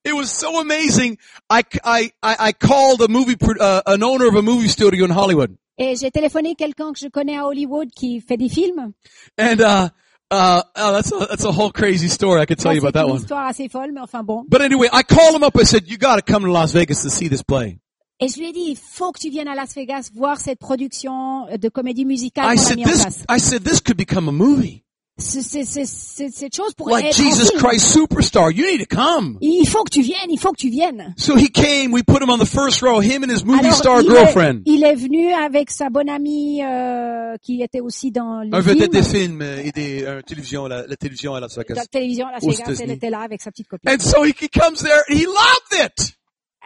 It was so amazing. I, I, I I called a movie, pro- uh, an owner of a movie studio in Hollywood.
Et j'ai téléphoné quelqu'un que je connais à Hollywood qui fait des films.
And, uh, uh, oh, that's a, that's a whole crazy story. I could tell you
Bon, c'est
about that
une
one.
histoire assez folle, mais enfin bon.
But anyway, I called him up. I said, you gotta come to Las Vegas to see this play.
Et je lui ai dit, il faut que tu viennes à Las Vegas voir cette production de comédie
I
musicale qu'on a
said,
mis en
this,
place.
I said, this could become a movie.
C'est- c'est- c'est- c'est- Cette chose pourrait
Like
être un
Jesus
film.
Christ Superstar. You need to come.
Il faut que tu viennes, il faut que tu viennes.
So he came, we put him on the first row, him and his movie
Alors,
star
il, est,
girlfriend.
il est venu avec sa bonne amie euh, qui était aussi dans le
Un
film,
vedette des films euh, et des euh, télévisions, la, la télévision à Las
dans
Vegas.
la télévision à Las
Aux
Vegas, elle
États-Unis.
était là avec sa petite copine.
And so he, he comes there and he loved it.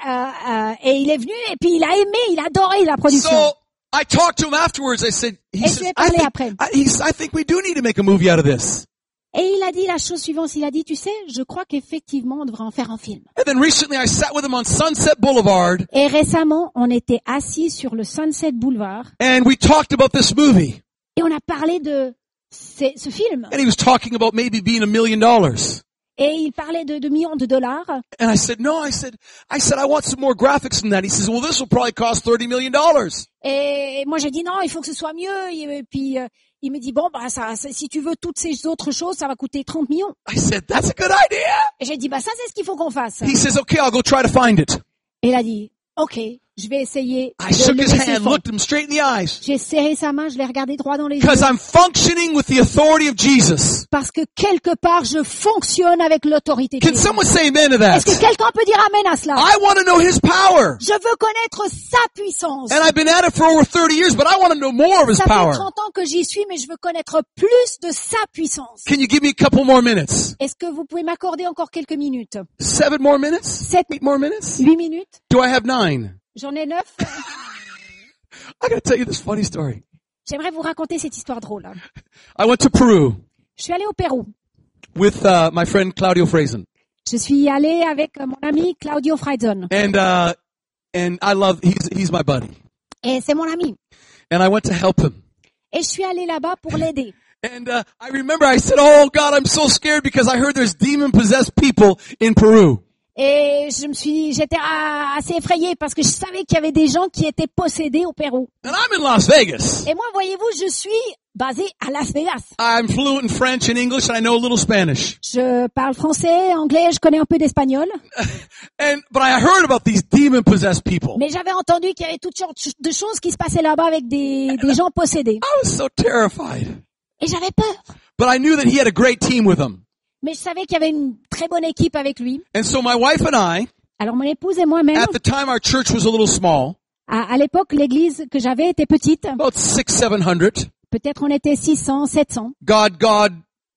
Euh, euh, et il est venu et puis il a aimé, il a adoré la production.
So I talked to him afterwards. I said, he
Et je lui
says,
ai
I,
parlé
think,
après.
I, he says, I think we do need to make a movie out of this.
Et il a dit la chose suivante, il a dit, tu sais, je crois qu'effectivement on devrait en faire un film.
And then recently I sat with him on Sunset Boulevard
Et récemment, on était assis sur le Sunset Boulevard
and we talked about this movie.
et on a parlé de ce, ce film.
And he was talking about maybe being a million dollars.
Et il parlait de, de millions de dollars.
And I said, no, I said, I said, I want some more graphics than that. He says, well, this will probably cost $30 million.
Et moi j'ai dit non, il faut que ce soit mieux. Et puis euh, il me dit bon bah ça, ça- si tu veux toutes ces autres choses, ça va coûter 30 millions.
I said, that's a good idea.
Et j'ai dit bah ça c'est ce qu'il faut qu'on fasse.
He says, okay, I'll go try to find it.
Et il a dit ok, je vais essayer.
I
de
shook his
lever ses
hand,
fonds.
looked him straight in the eyes.
J'ai serré sa main, je l'ai regardé droit dans les yeux
Because I'm functioning with the authority of Jesus.
parce que quelque part je fonctionne avec l'autorité. de
Can
Jésus.
someone say amen to
Est-ce que
that?
quelqu'un peut dire amen à cela?
I want to know his power.
Je veux connaître sa puissance.
And I've been at it for over 30 years, but I want to know more of his
Ça fait
power.
30 ans que j'y suis, mais je veux connaître plus de sa puissance.
Can you give me a couple more minutes?
Est-ce que vous pouvez m'accorder encore quelques minutes
Seven more minutes?
Sept,
Eight more minutes?
huit minutes
Do I have nine?
J'en ai neuf.
I gotta tell you this funny story.
J'aimerais vous raconter cette histoire drôle. hein.
I went to Peru
Je suis allée au Pérou.
with uh, my friend Claudio Frazen.
Je suis allée avec euh, mon ami Claudio Friedson.
And, uh, and I love, he's, he's my buddy.
Et c'est mon ami.
And I went to help him.
Et je suis allée là-bas pour l'aider.
And uh, I remember I said, "Oh God, I'm so scared because I heard there's demon possessed people in Peru."
Et je me suis, j'étais ah, assez effrayée parce que je savais qu'il y avait des gens qui étaient possédés au Pérou.
And I'm in Las Vegas.
Et moi, voyez-vous, je suis basée à Las Vegas.
I'm fluent in French and English, and I know a little Spanish.
Je parle français, anglais, je connais un peu d'espagnol.
And but I heard about these demon possessed people.
Mais j'avais entendu qu'il y avait toutes sortes de choses qui se passaient là-bas avec des, des gens possédés.
I was so terrified.
Et j'avais peur.
But I knew that he had a great team with him.
Mais je savais qu'il y avait une très bonne équipe avec lui.
And so my wife and I,
Alors mon épouse et moi-même,
at the time our church was a little small,
à, à l'époque, l'église que j'avais était petite.
about six, seven hundred.
Peut-être on était 600, 700.
God, God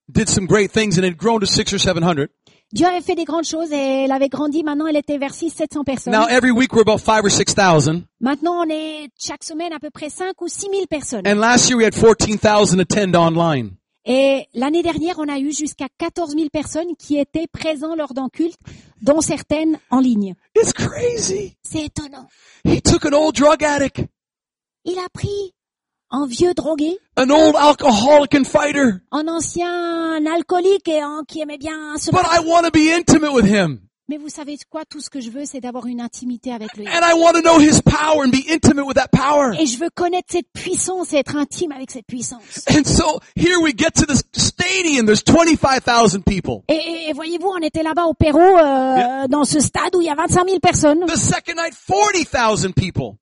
did some great things, and it had grown to six or seven hundred.
Dieu avait fait des grandes choses et elle avait grandi. Maintenant, elle était vers 6, 700 personnes.
Now eh, every week we're about five or six thousand.
Maintenant, on est chaque semaine à peu près 5 ou 6 000 personnes.
And last year we had fourteen thousand attend online.
Et l'année dernière, on a eu jusqu'à 14 000 personnes qui étaient présents lors d'un culte, dont certaines en ligne.
It's crazy.
C'est étonnant.
He took an old drug addict,
Il a pris un vieux drogué,
an old alcoholic and fighter.
un ancien alcoolique et un qui aimait bien se
But
battre.
I want to be intimate with him.
Mais vous savez quoi Tout ce que je veux, c'est d'avoir une intimité avec lui.
And I want to know his power and be intimate with that power.
Et je veux connaître cette puissance et être intime avec cette puissance.
And so here we get to this stadium. There's 25,000 people.
Et, et- et voyez-vous, on était là-bas au Pérou, euh, dans ce stade où il y a 25 000 personnes.
The second night, 40,000 people.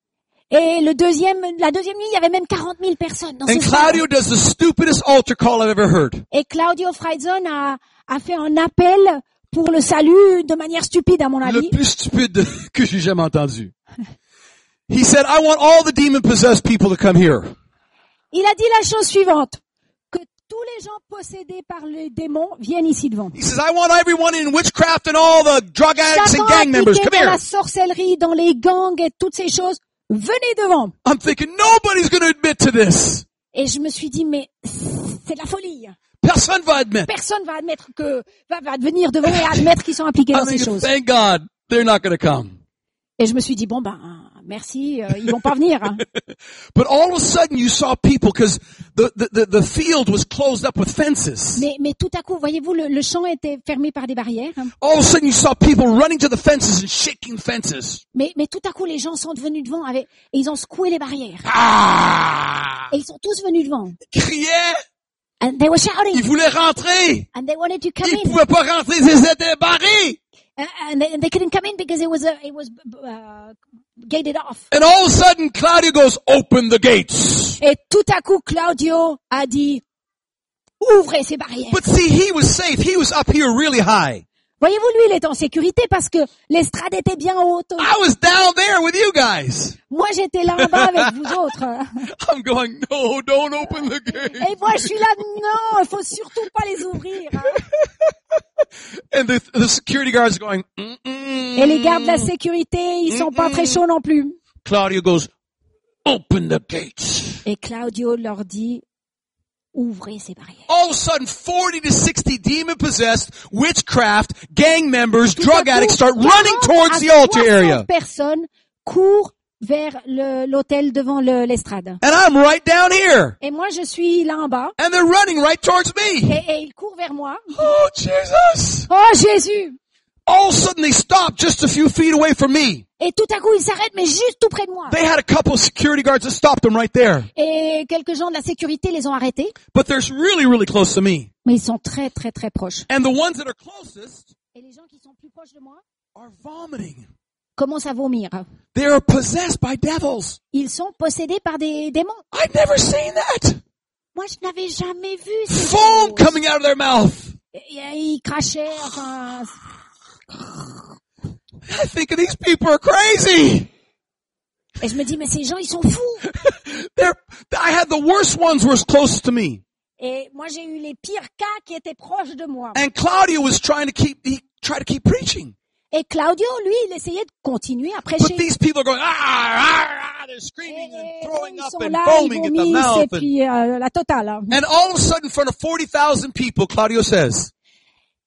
Et le deuxième, la deuxième nuit, il y avait même 40 000 personnes. Dans
And
ce stade.
Claudio does the stupidest altar call I've ever heard.
Et Claudio Friedson a, a fait un appel pour le salut de manière stupide, à mon
Le
avis.
plus stupide que j'ai jamais entendu. He said, I want all the demon possessed people to come here.
Il a dit la chose suivante. Que tous les gens possédés par les démons viennent ici devant.
He says, I want everyone in witchcraft and all the drug addicts
Satan
and gang members.
impliqué
Come
dans
here.
la sorcellerie, dans les gangs et toutes ces choses, venez devant.
I'm thinking nobody's going to admit to this.
Et je me suis dit, mais c'est de la folie.
Personne va admettre.
Personne va admettre que, va, va devenir devant et admettre qu'ils sont impliqués
I
dans
mean,
ces choses.
thank God they're not going to come.
Et je me suis dit, bon, ben, merci, euh, ils vont pas venir. hein.
But all of a sudden you saw people because the, the, the, the field was closed up with fences.
Mais, mais tout à coup, voyez-vous, le, le champ était fermé par des barrières. hein.
All of a sudden you saw people running to the fences and shaking fences.
Mais, mais tout à coup, les gens sont devenus devant avec, et ils ont secoué les barrières.
Ah!
Et ils sont tous venus devant.
Ils criaient.
And they were
Ils
shouting.
voulaient rentrer.
And they wanted to come
Ils
in.
pouvaient pas rentrer. Ils étaient barrés.
And- And they, and they couldn't come in because it was, uh, it was, uh, gated off.
And all of a sudden Claudia goes, open the gates.
Et tout à coup, Claudio a dit, ouvrez ces barrières.
But see, he was safe. He was up here really high.
Voyez-vous, lui, il était en sécurité parce que l'estrade était bien haute.
I was down there with you guys.
Moi, j'étais là en bas avec vous autres.
I'm going, no, don't open the gate.
Et moi, je suis là, non, il faut surtout pas les ouvrir. hein.
And the, the security guards are going,
Et les gardes
mm
de la sécurité, ils sont pas très chauds non plus.
Claudia goes, open the gates.
Et Claudio leur dit, ouvrez ces barrières.
All of a sudden, 40 to 60 demon possessed, witchcraft, gang members, drug
Tout à coup,
addicts start
40
running towards
à
the altar
60
area.
personnes courent vers le- l'hôtel devant le- l'estrade.
And I'm right down here.
et moi, je suis là en bas.
And they're running right towards me.
Et, et ils courent vers moi.
Oh, Jesus.
Oh Jésus
All of a sudden, they stop just a few feet away from me.
Et tout à coup, ils s'arrêtent, mais juste tout près de moi.
They had a couple of security guards that stopped them right there.
Et quelques gens de la sécurité les ont arrêtés.
But they're really, really close to me.
Mais ils sont très, très, très proches.
And the ones that are closest
Et les gens qui sont plus proches de moi
are vomiting.
commencent à vomir.
They are possessed by devils.
Ils sont possédés par des démons.
I've never seen that.
Moi, je n'avais jamais vu ces
Foam
choses.
coming out of their mouth.
Et- et Ils crachaient, enfin...
I think these people are crazy.
Et je me dis, mais ces gens, ils sont fous
They're, I had the worst ones were close to me.
Et moi, j'ai eu les pires cas qui étaient proches de moi.
And Claudia was trying to keep, he tried to keep preaching.
Et Claudio, lui, il essayait de continuer à prêcher.
But these people are going, ah, ah, ah, they're
Et-
screaming
et eux,
and throwing
ils
up
sont
and
là,
foaming
ils
at the
vomissent, et
mouth. And,
puis euh, la totale. hein.
and all of a sudden, in front of 40,000 people, Claudio says,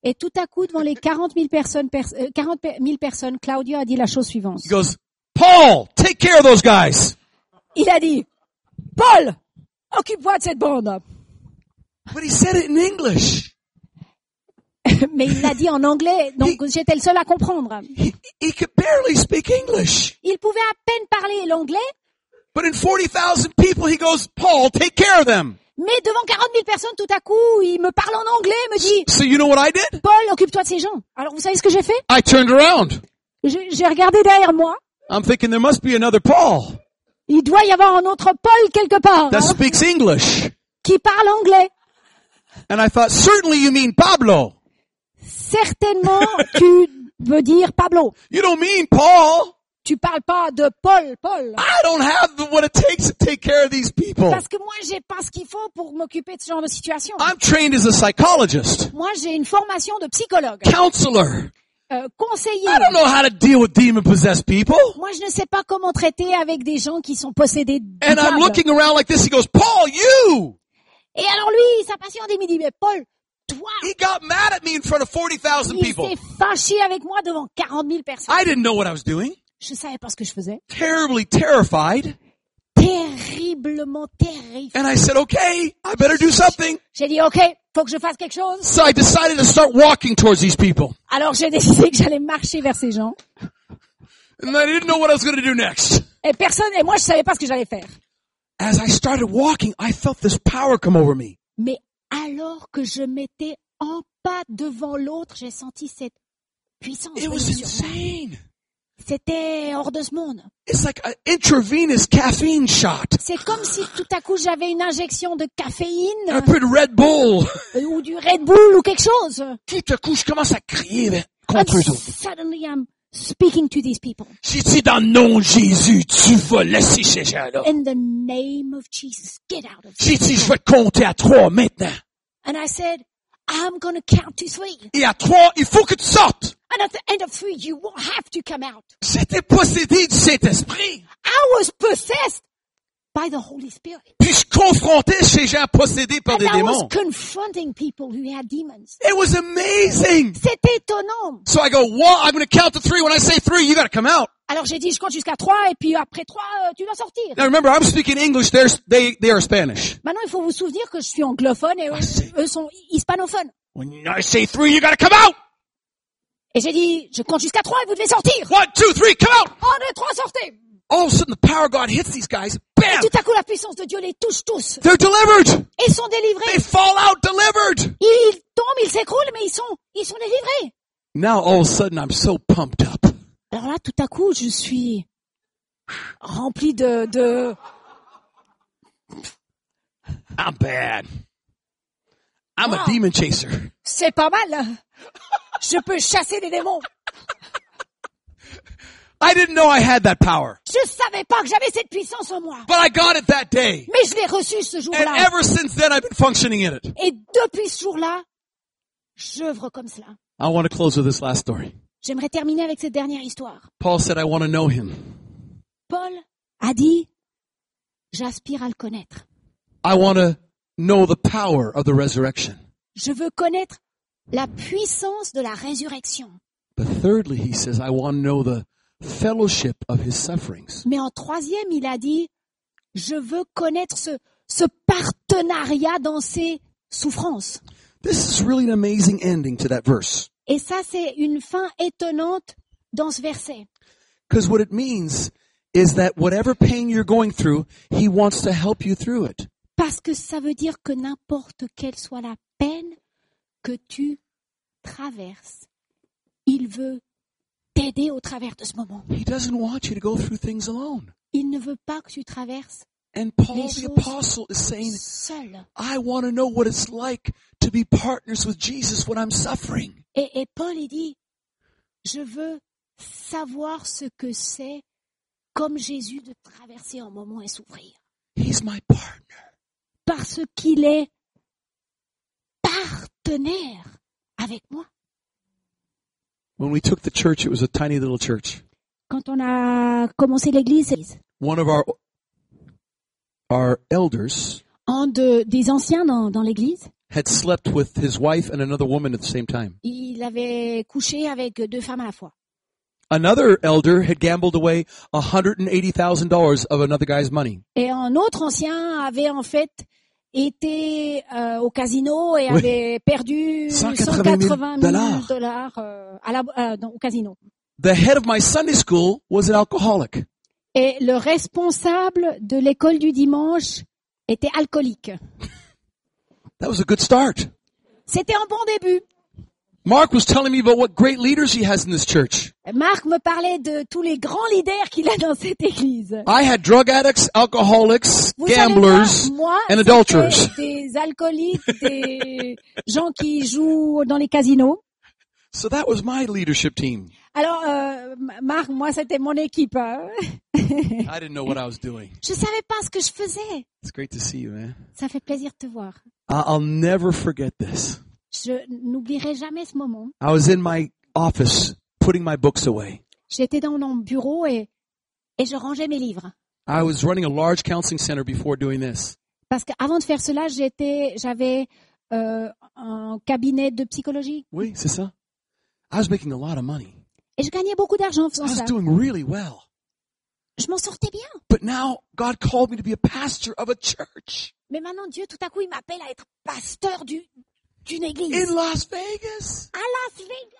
Et tout à coup, devant les 40 000 personnes, pers- euh, 40 000 personnes, Claudio a dit la chose suivante.
he goes, Paul, take care of those guys.
Il a dit, Paul, occupe-toi de cette bande.
But he said it in English.
Mais il l'a dit en anglais, donc j'étais le seul à comprendre.
He, he could barely speak English.
Il pouvait à peine parler l'anglais,
But in 40,000 people, he goes, Paul, take care of them.
mais devant 40 000 personnes, tout à coup, il me parle en anglais, me dit,
So you know what I did?
Paul, occupe-toi de ces gens. Alors, vous savez ce que j'ai fait
I turned around.
Je- J'ai regardé derrière moi.
I'm thinking there must be another Paul
Il doit y avoir un autre Paul quelque part
that
hein,
speaks English.
qui parle anglais.
And I thought, certainly you mean Pablo.
Certainement, tu veux dire Pablo.
You don't mean Paul.
Tu parles pas de Paul, Paul.
I don't have the, what it takes to take care of these people.
Parce que moi, j'ai pas ce qu'il faut pour m'occuper de ce genre de situation.
I'm trained as a psychologist,
Moi, j'ai une formation de psychologue,
counselor.
euh, conseiller.
I don't know how to deal with demon possessed people.
Moi, je ne sais pas comment traiter avec des gens qui sont possédés du
And I'm
diable.
looking around like this. He goes, Paul, you.
Et alors lui, sa patiente, il me dit, mais Paul, toi,
He got mad at me in front of 40,000
il
people.
s'est fâché avec moi devant 40 000 personnes.
I didn't know what I was doing.
Je savais pas ce que je faisais.
Terribly terrified.
Terriblement terrifié.
And I said, okay, I better do something.
J'ai dit, OK, faut que je fasse quelque chose.
So I decided to start walking towards these people.
Alors j'ai décidé que j'allais marcher vers ces gens.
And I didn't know what I was going to do next.
Et personne, et moi, je savais pas ce que j'allais faire.
As I started walking, I felt this power come over me.
Mais alors que je m'étais en pas devant l'autre, j'ai senti cette puissance.
It
venir
was
sur moi.
insane.
C'était hors de ce monde.
It's like an intravenous caffeine shot.
C'est comme si tout à coup j'avais une injection de
I
caféine
put Red Bull.
euh, ou du Red Bull ou quelque chose.
Tout à coup, je commence à crier ben,
And
contre eux autres.
suddenly I'm speaking to these people.
J'ai dit dans le nom de Jésus, tu vas laisser ces gens-là.
In the name of Jesus, get out of here.
J'ai dit, je vais te compter à trois maintenant.
And I said, I'm going to count to three.
Et à trois, il faut que tu sortes.
And at the end of three, you will have to come out.
J'étais possédé du Saint-Esprit.
I was possessed by the Holy Spirit.
Puis je confrontait ces gens possédés par
And
des
I was
démons.
confronting people who had demons.
It was amazing.
C'est étonnant.
So I go, well, I'm going to count to three. When I say three, you got to come out.
Alors j'ai dit, je compte jusqu'à trois, et puis après trois, euh, tu dois sortir.
Now remember, I'm speaking English. They're, they, they are Spanish.
Maintenant, Bah il faut vous souvenir que je suis anglophone et eux, eux sont hispanophones.
When I say three, you got to come out.
Et j'ai dit, je compte jusqu'à trois et vous devez sortir.
One, two, three, come out.
Un, deux, trois, sortez.
All of a sudden, the power of God hits these guys. Bam!
Tout à coup, la puissance de Dieu les touche tous.
They're delivered.
Ils sont
They
délivrés.
fall out delivered.
Ils tombent, ils s'écroulent, mais ils sont, ils sont délivrés.
Now all of a sudden, I'm so pumped up.
Alors là, tout à coup, je suis rempli de, de,
I'm bad. I'm
Wow.
a demon chaser.
c'est pas mal. Je peux chasser des démons.
I didn't know I had that power,
Je savais pas que j'avais cette puissance en moi.
but I got it that day.
Mais je l'ai reçue ce
And
jour-là.
ever since then, I've been functioning in it.
Et depuis ce jour-là, j'œuvre comme cela.
I want to close with this last story.
J'aimerais terminer avec cette dernière histoire.
Paul said, I want to know him.
Paul a dit, j'aspire à le connaître.
I want to know the power of the resurrection.
Je veux connaître la puissance de la résurrection.
But thirdly, he says, I want to know the fellowship of his sufferings.
Mais en troisième, il a dit, je veux connaître ce, ce partenariat dans ses souffrances.
This is really an amazing ending to that verse.
Et ça, c'est une fin étonnante dans ce verset.
Because what it means is that whatever pain you're going through, he wants to help you through it.
Parce que ça veut dire que n'importe quelle soit la peine que tu traverses, il veut t'aider au travers de ce moment.
He doesn't want you to go through things alone.
Il ne veut pas que tu traverses
And Paul
Les
the
choses-
apostle is saying,
seul.
I want to know what it's like to be partners with Jesus when I'm suffering.
Et, et Paul, il dit, je veux savoir ce que c'est, comme Jésus, de traverser un moment et s'ouvrir.
He's my partner.
Parce qu'il est partenaire avec moi.
When we took the church, it was a tiny little church.
Quand on a commencé l'église,
One of our our elders
un de- des anciens dans, dans l'église,
had slept with his wife and another woman at the same time.
il avait couché avec deux femmes à la fois.
Another elder had gambled away $180,000 of another guy's money.
Et un autre ancien avait en fait été euh, au casino et
Oui.
avait perdu
180 000
180 000 dollars euh, à la, euh, dans- au casino.
The head of my Sunday school was an alcoholic.
Et le responsable de l'école du dimanche était alcoolique.
That was a good start.
C'était un bon début.
Mark was telling me about what great leaders he has in this church.
Marc me parlait de tous les grands leaders qu'il a dans cette église.
I had drug addicts, alcoholics,
Vous savez quoi
gamblers,
moi,
and
c'était
adulterers.
des alcooliques, des gens qui jouent dans les casinos.
So that was my leadership team.
Alors, euh, M- Marc, moi, c'était mon équipe. hein.
I didn't know what I was doing.
Je savais pas ce que je faisais.
It's great to see you, man.
Ça fait plaisir de te voir.
I- I'll never forget this.
Je n'oublierai jamais ce moment.
I was in my office putting my books away.
J'étais dans mon bureau et, et je rangeais mes livres.
I was running a large counseling center before doing this.
Parce qu'avant de faire cela, j'étais, j'avais euh, un cabinet de psychologie
Oui, c'est ça. I was making a lot of money.
et je gagnais beaucoup d'argent en
I
faisant
was
ça.
doing really well.
Je m'en sortais bien.
But now God called me to be a pastor of a church
Mais maintenant, Dieu, tout à coup, il m'appelle à être pasteur du- d'une église.
in Las Vegas.
À Las Vegas.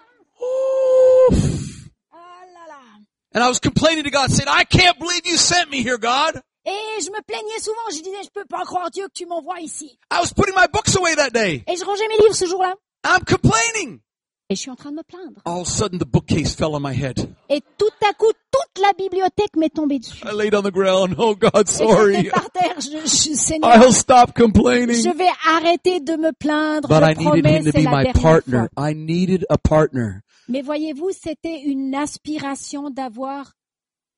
Oof.
Ah là là.
And I was complaining to God, saying, I can't believe you sent me here, God.
Et je me plaignais souvent. Je disais, je peux pas croire Dieu que tu m'envoies ici.
I was putting my books away that day.
Et je rangeais mes livres ce jour-là.
I'm complaining.
Et je suis en train de me plaindre.
All of a sudden, the bookcase fell on my head.
Et tout à coup, toute la bibliothèque m'est tombée dessus.
I laid on the ground. Oh, God,
Et j'étais
Ah, sorry.
par terre. Je, je, Seigneur,
I'll stop complaining.
je vais arrêter de me plaindre.
But
je
I needed
promets,
him to
c'est
be
la
my
dernière
partner.
fois.
I needed a partner.
Mais voyez-vous, c'était une aspiration d'avoir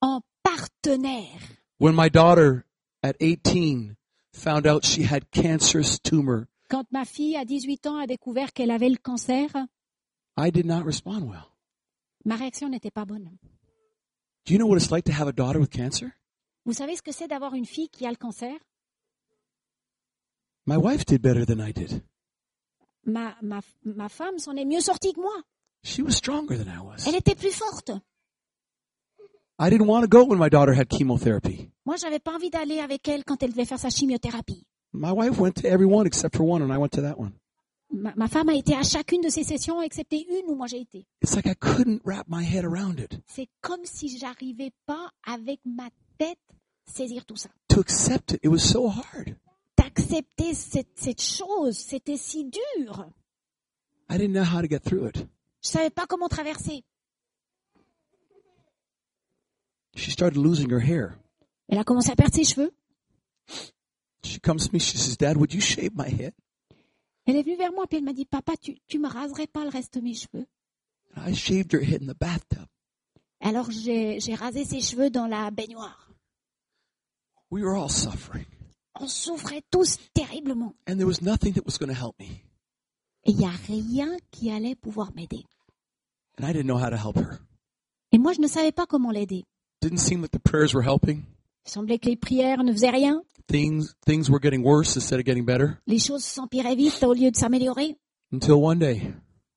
un partenaire.
When my daughter at 18 found out she had cancerous tumor,
Quand ma fille à 18 ans a découvert qu'elle avait le cancer,
I did not respond well.
ma réaction n'était pas bonne.
Do you know what it's like to have a daughter with cancer?
Vous savez ce que c'est d'avoir une fille qui a le cancer
My wife did better than I did.
Ma, ma, ma femme s'en est mieux sortie que moi.
She was stronger than I was.
Elle était plus forte.
I didn't want to go when my daughter had chemotherapy.
Moi, j'avais pas envie d'aller avec elle quand elle devait faire sa chimiothérapie.
My wife went to every one except for one, and I went to that one.
Ma, ma femme a été à chacune de ces sessions, excepté une où moi j'ai été.
It's like I couldn't wrap my head around it.
C'est comme si j'arrivais pas avec ma tête saisir tout ça.
To accept it, it was so hard.
D'accepter cette, cette chose, c'était si dur.
I didn't know how to get through it.
Je savais pas comment traverser.
She started losing her hair.
Elle a commencé à perdre ses cheveux.
She comes to me, she says, Dad, would you shave my head?
Elle est venue vers moi puis elle m'a dit "Papa, tu tu me raserais pas le reste de mes cheveux
And I shaved her head in the bathtub.
Alors j'ai j'ai rasé ses cheveux dans la baignoire.
We were all suffering,
On souffrait tous terriblement
and there was nothing that was going to help me.
et il y a rien qui allait pouvoir m'aider.
And I didn't know how to help her.
Et moi je ne savais pas comment l'aider.
Didn't seem like the prayers were helping.
Il semblait que les prières ne faisaient rien,
Things things were getting worse instead of getting better.
les choses s'empiraient vite au lieu de s'améliorer
Until one day,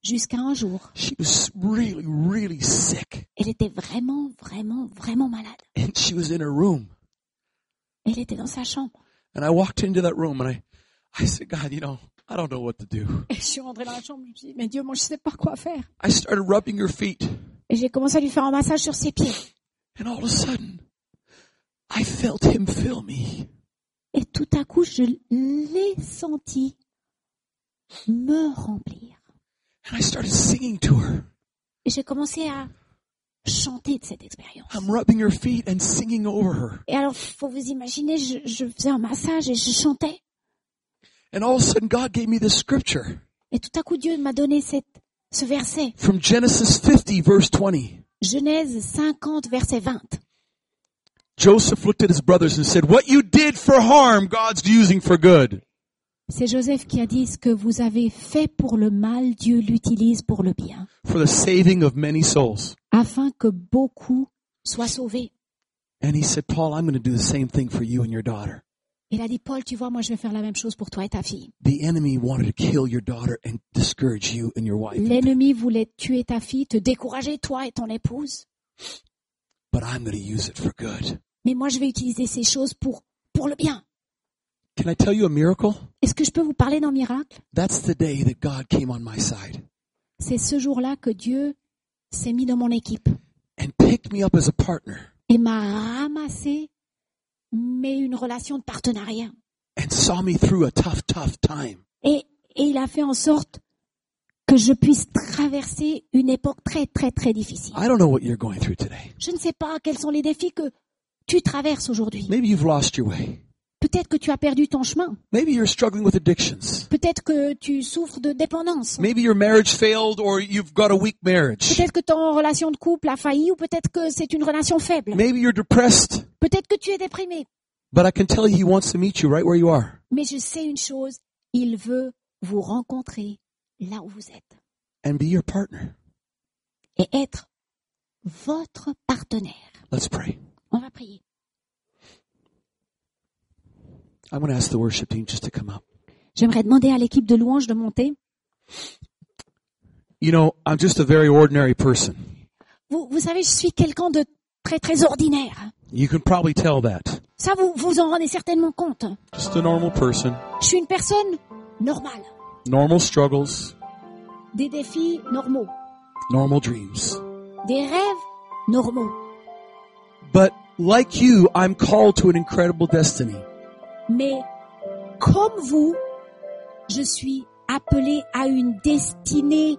jusqu'à un jour,
she was really, really sick,
elle était vraiment vraiment vraiment malade.
and she was in her room.
Elle était dans sa chambre.
And I walked into that room, and I, I said, God, you know, I don't know what to do.
Et je suis rentrée dans la chambre, je me suis dit, mais Dieu, moi je sais pas quoi faire.
I started rubbing her feet,
Et j'ai commencé à lui faire un massage sur ses pieds.
and all of a sudden, I felt him fill me.
Et tout à coup, je l'ai senti me remplir.
And I started singing to her.
Et j'ai commencé à chanter de cette expérience.
I'm rubbing her feet and singing over her.
Et alors, faut vous imaginer, je, je faisais un massage et je chantais.
And all of a sudden, God gave me this scripture
Et tout à coup, Dieu m'a donné cette, ce verset.
from Genesis 50, verse 20.
Genèse 50, verset 20.
Joseph looked at his brothers and said, What you did for harm, God's using for good.
C'est Joseph qui a dit ce que vous avez fait pour le mal, Dieu l'utilise pour le bien,
For the saving of many souls.
afin que beaucoup soient sauvés.
And he said, Paul, I'm going to do the same thing for you and your daughter.
Il a dit, Paul, tu vois, moi, je vais faire la même chose pour toi et ta fille.
The enemy wanted to kill your daughter and discourage you and your wife.
L'ennemi voulait tuer ta fille, te décourager, toi et ton épouse.
But I'm going to use it for good.
Mais moi, je vais utiliser ces choses pour, pour le bien.
Can I tell you a miracle?
Est-ce que je peux vous parler d'un miracle
That's the day that God came on my side
C'est ce jour-là que Dieu s'est mis dans mon équipe
and picked me up as a partner
et m'a ramassé, mais une relation de partenariat.
and saw me through a tough, tough time.
Et, et il a fait en sorte que je puisse traverser une époque très, très, très difficile.
I don't know what you're going through today.
Je ne sais pas quels sont les défis que tu traverses aujourd'hui.
Maybe you've lost your way.
Peut-être que tu as perdu ton chemin.
Maybe you're struggling with addictions.
Peut-être que tu souffres de dépendance.
Maybe your marriage failed or you've got a weak marriage.
Peut-être que ton relation de couple a failli ou peut-être que c'est une relation faible.
Maybe you're depressed.
Peut-être que tu es déprimé.
But I can tell you he wants to meet you right where you are.
Mais je sais une chose, il veut vous rencontrer là où vous êtes
and be your partner.
et être votre partenaire.
Let's pray.
On va prier.
I'm going to ask the worship team just to come up.
J'aimerais demander à l'équipe de louanges de monter.
You know, I'm just a very ordinary person.
Vous, vous savez, je suis quelqu'un de très très ordinaire.
You can probably tell that.
Ça, vous vous en rendez certainement compte.
Just a normal person,
Je suis une personne normale,
normal struggles,
des défis normaux,
normal dreams.
des rêves normaux.
But like you, I'm called to an incredible destiny.
Mais comme vous, je suis appelé à une destinée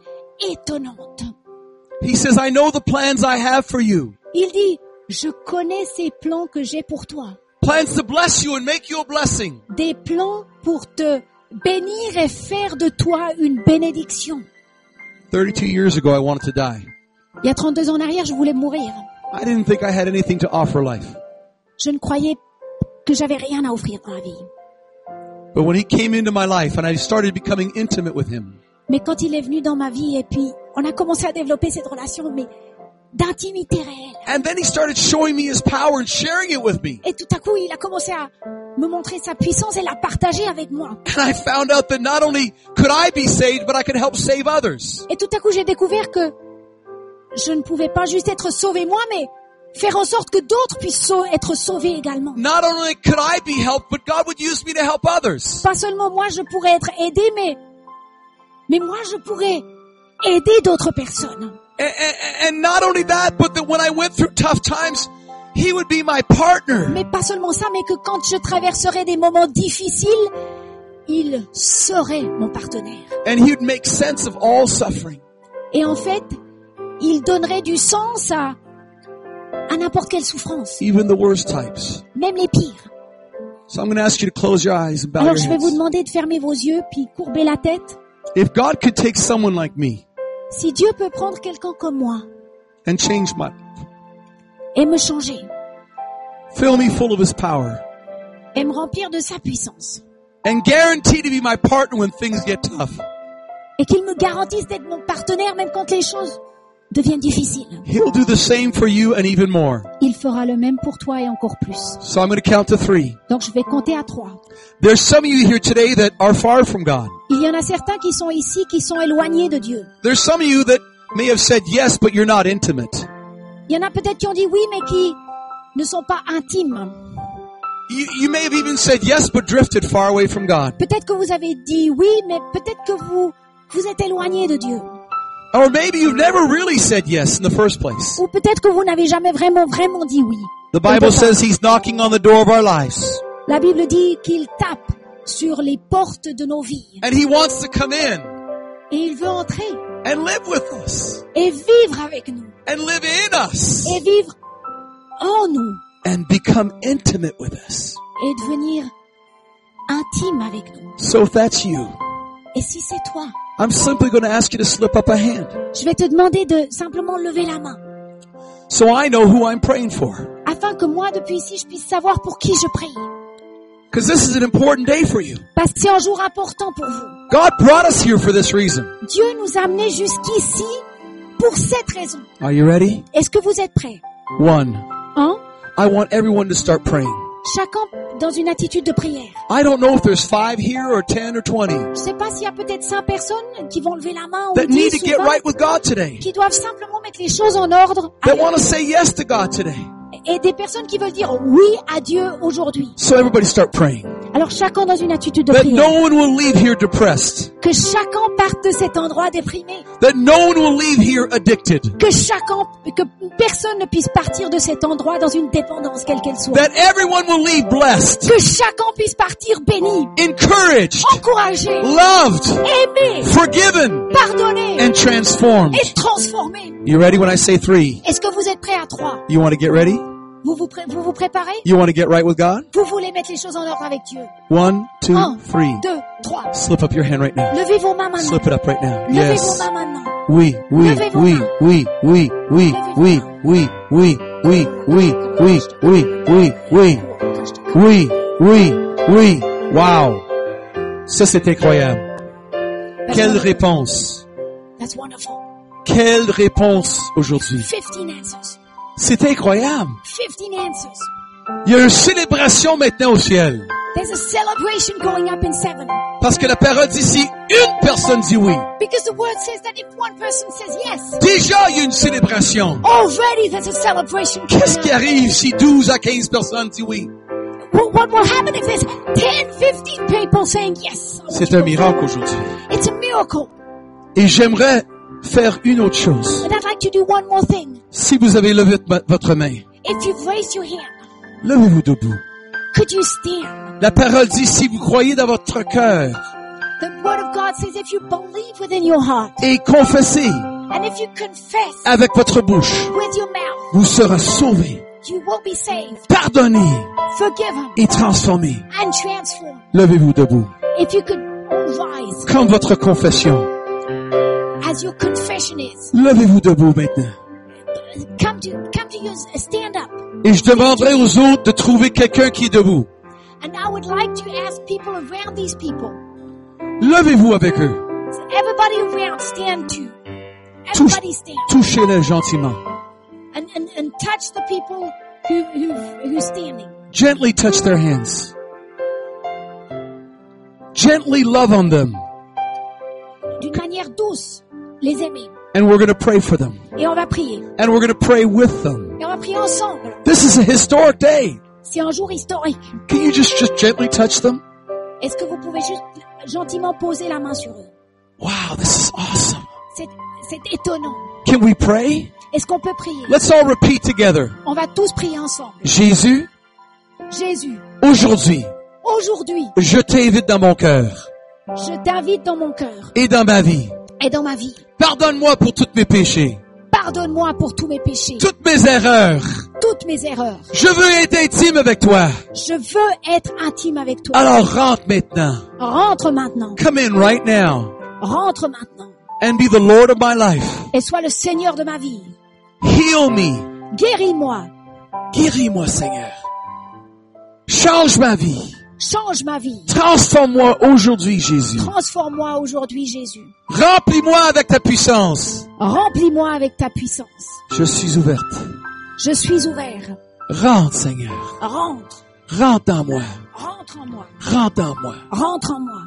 étonnante.
He says, I know the plans I have for you.
Il dit, je connais ces plans que j'ai pour toi.
Plans to bless you and make you a blessing.
Des plans pour te bénir et faire de toi une bénédiction.
32 years ago, I wanted to die.
Il y a 32 ans en arrière, je voulais mourir.
I didn't think I had anything to offer life.
Je ne croyais que j'avais rien à offrir dans la vie.
But when he came into my life and I started becoming intimate with him,
Mais quand il est venu dans ma vie et puis on a commencé à développer cette relation, mais d'intimité réelle.
and then he started showing me his power and sharing it with me.
Et tout à coup, il a commencé à me montrer sa puissance et la partager avec moi.
And I found out that not only could I be saved, but I could help save others.
Et tout à coup, j'ai découvert que je ne pouvais pas juste être sauvé moi, mais faire en sorte que d'autres puissent sau- être sauvés également.
Not only could I be helped, but God would use me to help others.
Pas seulement moi, je pourrais être aidé, mais, mais moi, je pourrais aider d'autres personnes.
And, and not only that, but that when I went through tough times, He would be my partner.
Mais pas seulement ça, mais que quand je traverserai des moments difficiles, il serait mon partenaire.
And He'd make sense of all suffering.
Et en fait, il donnerait du sens à, à n'importe quelle souffrance,
even the worst types.
même les pires.
So I'm going to ask you to close your eyes and bow
Alors
your
je vais vous
heads.
demander de fermer vos yeux, puis courber la tête.
If God could take someone like me
Si Dieu peut prendre quelqu'un comme moi
and change my,
et me changer,
fill me full of His power,
et me remplir de sa puissance,
and guarantee to be my partner when things get tough,
et qu'il me garantisse d'être mon partenaire même quand les choses deviennent difficiles,
He'll do the same for you and even more.
il fera le même pour toi et encore plus.
So I'm going to count to three.
Donc je vais compter à trois.
There's some of you here today that are far from God.
Il y en a certains qui sont ici, qui sont éloignés de Dieu.
There's some of you that may have said yes, but you're not intimate.
Il y en a peut-être qui ont dit oui, mais qui ne sont pas intimes.
You, you may have even said yes, but drifted far away from God.
Peut-être que vous avez dit oui, mais peut-être que vous vous êtes éloigné de Dieu.
Or maybe you've never really said yes in the first place.
Ou peut-être que vous n'avez jamais vraiment, vraiment dit oui.
The Bible says He's knocking on the door of our lives.
La Bible dit qu'il tape sur les portes de nos vies.
And he wants to come in
Et il veut entrer
and live with us
et vivre avec nous.
and live in us
Et vivre en nous.
and become intimate with us.
Et devenir intime avec nous.
So if that's you,
Et si c'est toi,
I'm simply going to ask you to slip up a hand
je vais te demander de simplement lever la main.
so I know who I'm praying for.
afin que moi, depuis ici, je puisse savoir pour qui je prie.
Because this is an important day for you.
Parce que c'est un jour important pour vous.
God brought us here for this reason.
Dieu nous a amenés jusqu'ici pour cette raison.
Are you ready?
Est-ce que vous êtes prêts
One,
Hein
I want everyone to start praying.
Chacun dans une attitude de prière.
I don't know if there's five here or ten or twenty
Je ne sais pas s'il y a peut-être cinq personnes qui vont lever la main ou
that need to
dix ou
get
vingt,
right with God today,
qui doivent simplement mettre les choses en ordre
that
avec-
want to say yes to God today.
et des personnes qui veulent dire oui à Dieu aujourd'hui.
So everybody start praying.
Alors chacun dans une attitude de
That
prière.
no one will leave here depressed.
Que chacun parte de cet endroit déprimé.
that no one will leave here addicted.
Que chacun, que personne ne puisse partir de cet endroit dans une dépendance quelle qu'elle soit.
That everyone will leave blessed,
Que chacun puisse partir béni,
encouraged,
encouragé,
loved,
aimé,
forgiven,
pardonné
and transformed.
et transformé.
You ready when I say three?
Est-ce que vous êtes prêts à trois
You want to get ready?
vous vous, pré- vous vous préparez
You want to get right with God?
Vous voulez mettre les choses en ordre avec Dieu
One,
Un,
two, three.
deux, trois.
Slip up your hand right now.
Levez vos mains maintenant.
Slip it up right now.
Levez vos
Yes.
mains maintenant.
We, we, we, we, we, we, we, we, we, we, we, we, we, we, we. Oui, oui, oui. Wow. Ça, c'est incroyable. Quelle réponse.
That's wonderful.
Quelle réponse aujourd'hui.
15 answers.
C'est incroyable.
15 answers.
Il y a une célébration maintenant au ciel.
There's a celebration going up in heaven.
Parce que la parole dit si une personne dit oui,
Because the word says that if one person says yes,
déjà il y a une célébration.
already there's a celebration going
Qu'est-ce qui
up.
arrive si 12 à 15 personnes disent oui?
What, what will happen if there's 10, 15 people saying yes? I want
C'est
you
un
to
miracle aujourd'hui.
It's a miracle.
Et j'aimerais faire une autre chose.
And I'd like to do one more thing.
Si vous avez levé votre- votre main,
If you've raised your hand,
levez-vous debout.
could you stand?
La parole dit si vous croyez dans votre cœur
The word of God says if you believe within your heart
et confessez
and if you confess
avec votre bouche,
with your mouth,
vous serez sauvé,
you will be saved,
pardonné
forgiven,
et transformé.
and transformed.
Levez-vous debout.
If you could rise
Comme votre confession.
as your confession is,
Levez-vous debout maintenant.
come to, come to your, uh, stand up.
Et je demanderai aux autres de trouver quelqu'un qui est debout.
And I would like to ask people around these people,
Levez-vous avec eux.
everybody around stand too. Everybody stand.
Touchez-les gentiment.
and, and, and touch the people who, who, who's standing.
Gently touch their hands. gently love on them
d'une manière douce, les aimer.
and we're going to pray for them
Et on va prier.
and we're going to pray with them.
Et on va prier ensemble.
This is a historic day.
C'est un jour historique.
Can you just, just gently touch them?
Est-ce que vous pouvez juste gentiment poser la main sur eux
Wow, this is awesome.
C'est c'est étonnant.
Can we pray?
Est-ce qu'on peut prier
Let's all repeat together.
On va tous prier ensemble.
Jésus,
Jésus,
aujourd'hui,
aujourd'hui,
je t'invite dans mon cœur
je t'invite dans mon cœur
et dans ma vie.
et dans ma vie.
Pardonne-moi pour tous mes péchés,
Pardonne-moi pour tous mes péchés,
toutes mes erreurs.
toutes mes erreurs.
Je veux être intime avec toi.
Je veux être intime avec toi.
Alors rentre maintenant.
Rentre maintenant.
Come in right now
Rentre maintenant.
and be the Lord of my life.
Et sois le Seigneur de ma vie.
Heal me.
Guéris-moi.
Guéris-moi, Seigneur. Change ma vie.
Change ma vie.
Transforme-moi aujourd'hui, Jésus.
Transforme-moi aujourd'hui, Jésus.
Remplis-moi avec ta puissance.
Remplis-moi avec ta puissance.
Je suis ouverte.
Je suis ouvert.
Rentre, Seigneur.
Rentre.
Rentre dans moi.
Rentre en moi.
Rentre dans moi.
Rentre en moi.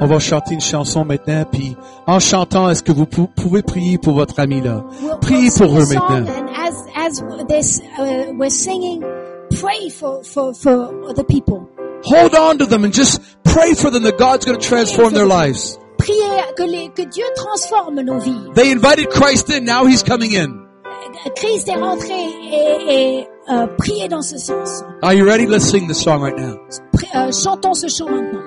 On va chanter une chanson maintenant, puis en chantant, est-ce que vous pou- pouvez prier pour votre ami là?
We'll-
Priez
we'll
pour
sing a
eux
song,
maintenant.
and As, as this, uh, we're singing, pray for, for, for the people.
Hold on to them and just pray for them that God's going to transform their lives.
Priez que, les, que Dieu transforme nos vies.
They invited Christ in, now he's coming in.
Christ est rentré et, et euh, priez dans ce sens.
Are you ready? Let's sing this song right now.
Pri- euh, chantons ce chant maintenant.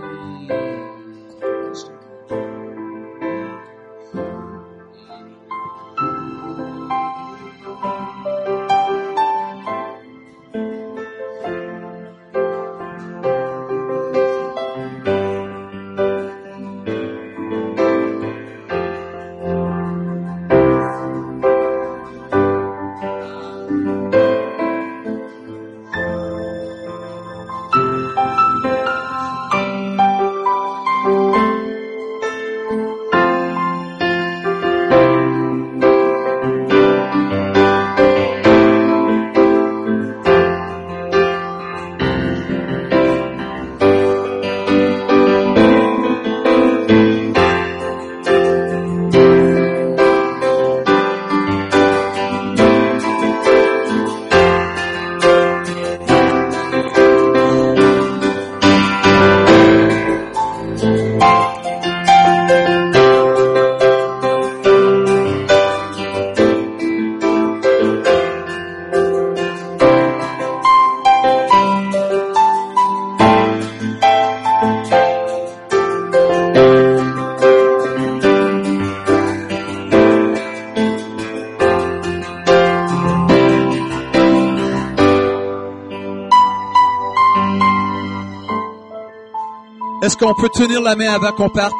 Est-ce qu'on peut tenir la main avant qu'on parte?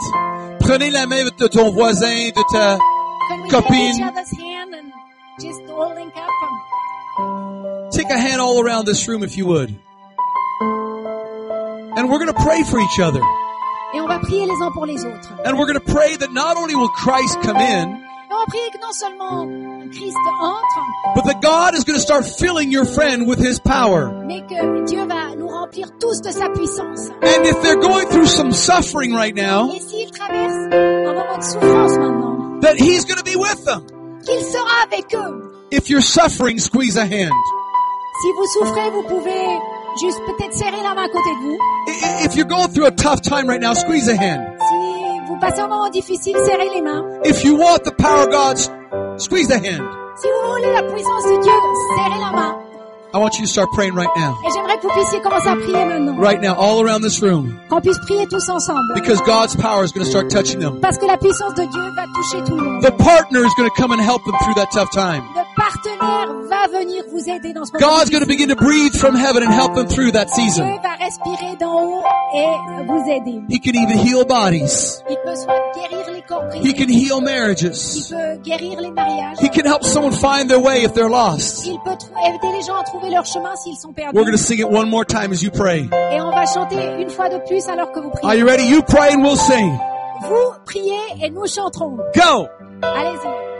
Prenez la main de ton voisin, de ta...
Can we
Copine.
hold each other's hand and just all link up and-
Take a hand all around this room if you would. And we're going to pray for each other.
Et on va prier les uns pour les autres.
And we're going to pray that not only will Christ come in,
Et on va prier que non seulement Christ entre,
but that God is going to start filling your friend with His power.
mais que Dieu va nous remplir tous de sa puissance.
And if they're going through some suffering right now,
Et s'il traverse un moment de souffrance maintenant,
that He's going to be with them.
qu'il sera avec eux.
If you're suffering, squeeze a hand.
Si vous souffrez, vous pouvez juste peut-être serrer la main à côté de vous.
I- i- If you're going through a tough time right now, squeeze a hand.
Si vous passez un moment difficile, serrez les mains.
If you want the power of God, s- squeeze the hand.
Si vous voulez la puissance de Dieu, serrez la main.
I want you to start praying right now.
Et j'aimerais que vous puissiez commencer à prier maintenant.
Right now, all around this room.
Qu'on puisse prier tous ensemble.
Because God's power is going to start touching them.
Parce que la puissance de Dieu va toucher tout le monde.
The partner is going to come and help them through that tough time.
Le partenaire va venir vous aider dans ce moment.
God's going to begin to breathe from heaven and help them through that season.
Dieu va respirer d'en haut et vous aider.
He can even heal bodies.
Il peut soit guérir les corps
He
brisés,
can heal
il
marriages.
peut guérir les mariages,
He can help someone find their way if they're lost.
il peut trou- aider les gens à trouver leur chemin s'ils sont perdus.
We're going to sing it one more time as you pray.
Et on va chanter une fois de plus alors que vous
Are
priez.
you ready? You pray and we'll sing.
Vous priez et nous chanterons.
Go!
Allez-y.
Thank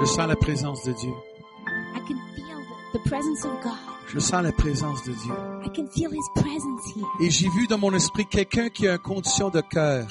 Je sens la présence de Dieu.
I can feel the presence of God.
Je sens la présence de Dieu.
I can feel His presence here.
Et j'ai vu dans mon esprit quelqu'un qui a une condition de cœur.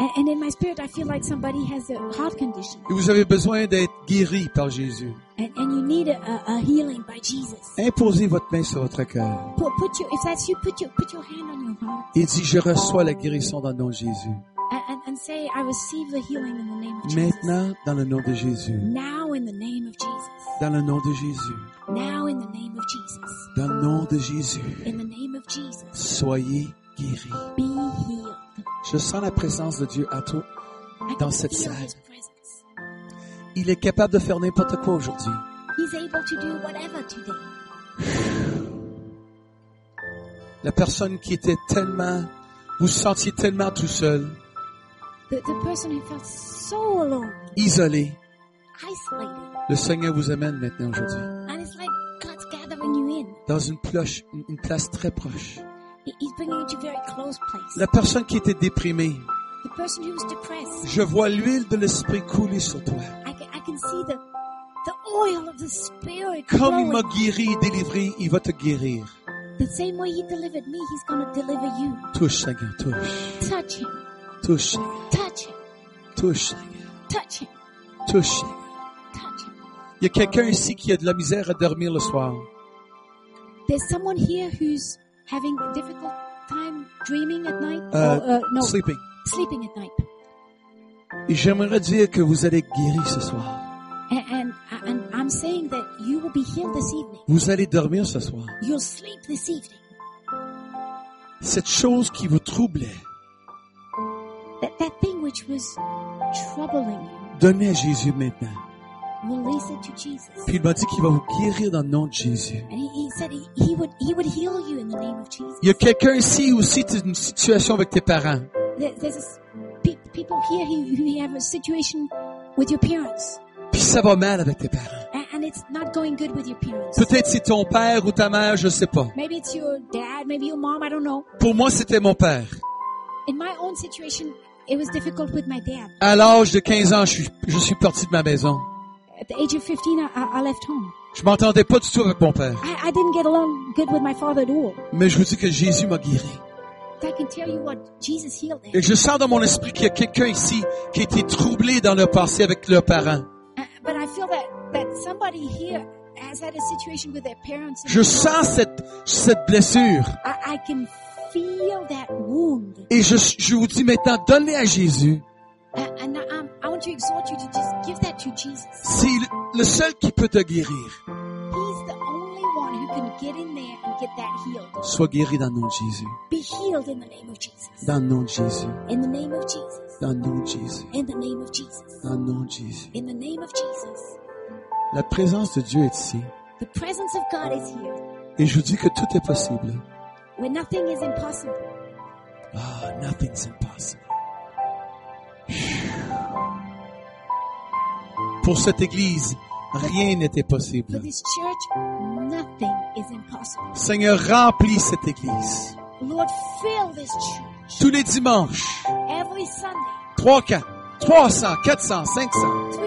And, and in my spirit, I feel like somebody has a heart condition
Et vous avez besoin d'être guéri par Jésus.
and, and you need a, a- a healing by Jesus.
Imposez votre main sur votre cœur.
Put, put your, if that's you, put your, put your hand on your heart
Et dit, je reçois la guérison dans le nom de Jésus.
and, and, and say, I receive the healing in the name of Jesus.
Maintenant, dans le nom de Jésus.
Now in the name of Jesus.
Dans le nom de Jésus.
Now in the name of Jesus.
Dans le nom de Jésus.
In the name of Jesus.
Soyez guéris.
Be healed.
Je sens la présence de Dieu à toi.
I
Dans
can
cette
feel
salle.
His presence.
Il est capable de faire n'importe quoi aujourd'hui.
He's able to do whatever today.
La personne qui était tellement, vous sentiez tellement tout seul,
The, the person who felt so alone,
isolé.
isolated,
Le Seigneur vous amène maintenant aujourd'hui
and it's like God's gathering you in.
dans une ploche, une- une place très proche.
He- He's bringing you to a very close place.
La personne qui était déprimée,
The person who was depressed,
je vois l'huile de l'esprit couler sur toi.
I can, I can see the the oil of the Spirit
Comme il
flowing.
m'a guéri et délivré, il va te guérir.
The same way He delivered me, He's going to deliver you.
Touche, Seigneur, touche.
Touch Him,
Touche, Seigneur,
touch Him,
touche, Seigneur,
touch Him,
touche, Seigneur.
touch Him.
Il y a quelqu'un ici qui a de la misère à dormir le soir.
There's someone here who's having a difficult time dreaming at night.
Euh,
or, uh, no,
Sleeping.
sleeping at night.
Et j'aimerais dire que vous allez être guéri ce soir.
And, and and I'm saying that you will be healed this evening.
Vous allez dormir ce soir.
You'll sleep this evening.
Cette chose qui vous troublait,
That, that thing which was troubling you,
donnez à Jésus maintenant.
release it to Jesus.
Puis il m'a dit qu'il va vous guérir dans le nom de Jésus.
And he, he said he, he would he would heal you in the name of Jesus.
Il y a quelqu'un ici aussi, tu as une situation avec tes parents.
There- There's this, pe- people here who, who have a situation with your parents,
Puis ça va mal avec tes parents.
and, and it's not going good with your parents.
Peut-être c'est ton père ou ta mère, je sais pas.
Maybe it's your dad, maybe your mom, I don't know.
Pour moi, c'était mon père.
In my own situation, it was difficult with my dad.
À l'âge de 15 ans, je suis, je suis parti de ma maison.
At the age of 15, I, I I left home.
Je m'entendais pas du tout avec mon père.
I, I didn't get along good with my father at all.
Mais je vous dis que Jésus m'a guéri.
But I can tell you what, Jesus healed him.
Et je sens dans mon esprit qu'il y a quelqu'un ici qui a été troublé dans le passé avec leurs parents.
Uh, But I feel that that somebody here has had a situation with their parents. and-
Je sens cette, cette blessure.
I, I can feel that wound,
Et je, je vous dis maintenant, donnez à Jésus.
Uh, and I, I'm- I want to exhort you to just give that to Jesus.
C'est le- le seul qui peut te guérir.
He's the only one who can get in there and get that healed.
Sois guéri dans le nom de Jésus.
Be healed in the name of Jesus.
Dans le nom de Jésus.
In the name of Jesus.
Dans le nom de Jésus.
In the name of Jesus.
Dans le nom de Jésus.
In the name of Jesus.
La présence de Dieu est ici.
The presence of God is here,
Et je vous dis que tout est possible.
where nothing is impossible.
Ah, nothing's impossible. Pour cette église, rien n'était
For
possible.
this church, nothing is impossible.
Seigneur, remplis cette église.
Lord, fill this church
Tous les dimanches,
every Sunday.
3, 4, 300, 400, 500.
300,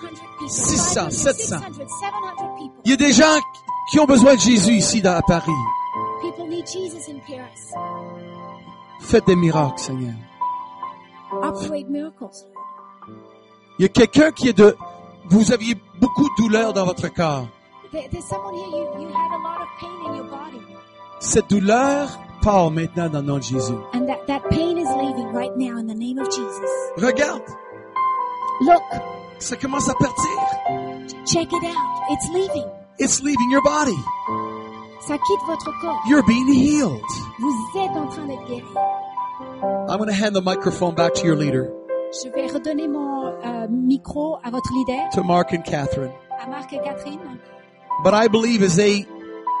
400 people,
600,
500,
700.
600, 700 people.
Il y a des gens qui ont besoin de Jésus ici dans- à Paris.
People need Jesus in Paris.
Faites des miracles, Seigneur.
Operate miracles.
Il y a quelqu'un qui est de... Vous aviez beaucoup de douleur dans votre corps.
There, there's someone here, you, you had a lot of pain in your body,
Cette douleur part maintenant dans le nom de Jésus.
and that, that pain is leaving right now in the name of Jesus.
Regarde,
Look,
ça commence à partir.
check it out. It's leaving.
It's leaving your body.
Ça quitte votre corps.
You're being healed.
Vous êtes en train d'être guéri.
I'm going to hand the microphone back to your leader,
Je vais redonner mon euh, micro à votre leader,
to Mark and Catherine.
à Marc et Catherine.
But I believe as they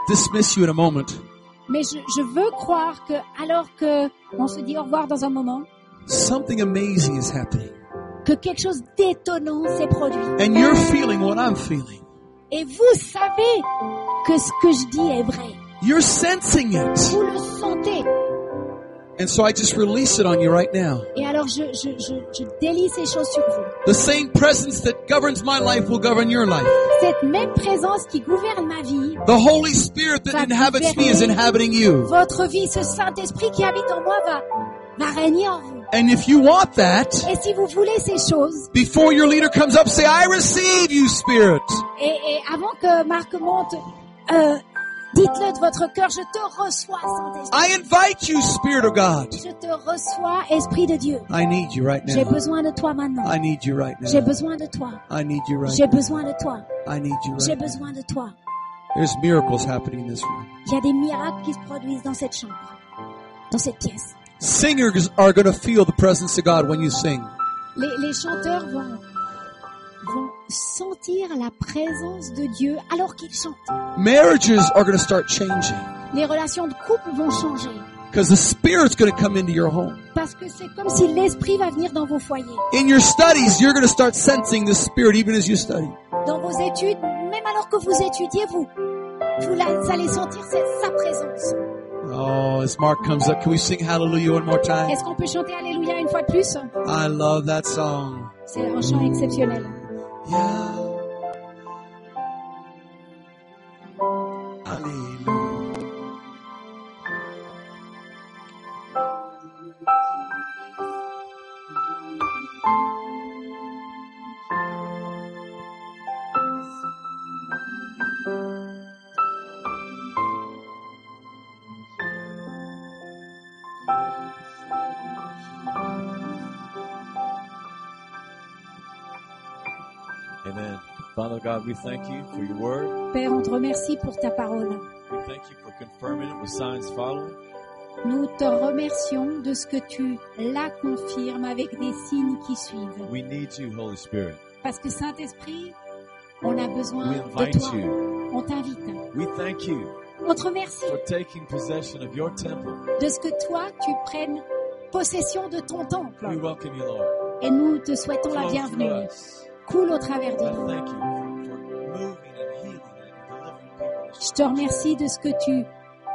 dismiss you in a moment,
Mais je, je veux croire que, alors que on se dit au revoir dans un moment,
something amazing is happening.
que quelque chose d'étonnant s'est produit.
And you're feeling what I'm feeling.
Et vous savez que ce que je dis est vrai.
You're sensing it.
Vous le sentez.
And so I just release it on you right now.
Et alors je, je, je, je délie ces choses sur vous.
The same presence that governs my life will govern your life.
Cette même présence qui gouverne ma vie,
The Holy Spirit that inhabits me is inhabiting you.
votre vie, ce Saint-Esprit qui habite en moi va, va régner en vous.
And if you want that,
Et si vous voulez ces choses,
before your leader comes up, say, I receive you, Spirit.
et, et avant que Marc monte, euh, dites-le de votre cœur, je te reçois, Saint-Esprit.
I invite you, Spirit of God.
Je te reçois, Esprit de Dieu.
I need you right
J'ai
now.
besoin de toi maintenant.
I need you right
J'ai
now.
besoin de toi.
I need you right
J'ai
now.
besoin de toi.
I need you
J'ai
right now.
besoin de toi.
There's miracles happening in this room.
Il y a des miracles qui se produisent dans cette chambre, dans cette pièce.
Singers are going to feel the presence of God when you sing.
Les, les chanteurs vont, vont sentir la présence de Dieu alors qu'ils chantent.
Marriages are going to start changing
Les relations de couple vont changer
because the Spirit's going to come into your home.
parce que c'est comme si l'esprit va venir dans vos foyers,
In your studies, you're going to start sensing the Spirit even as you study.
dans vos études, même alors que vous étudiez, vous, vous la- allez sentir cette- sa présence.
Oh, as Mark comes up, can we sing Hallelujah one more time?
Est-ce qu'on peut chanter Alléluia une fois de plus
I love that song.
C'est un chant exceptionnel.
Yeah. Hallelujah.
Amen. Father God, we thank you for your word.
Père, on te remercie pour ta parole.
We thank you for confirming it with signs following.
Nous te remercions de ce que tu la confirmes avec des signes qui suivent.
We need you, Holy Spirit.
Parce que Saint-Esprit, on a besoin
We
de
invite
toi.
you.
On t'invite.
We thank you
On te remercie
for taking possession of your temple.
de ce que toi, tu prennes possession de ton
We
temple.
welcome you, Lord.
Et nous te souhaitons la
Flow
bienvenue.
through us.
Coule au travers de
I
nous.
thank you for, for moving and healing and delivering people.
Je te remercie de ce que tu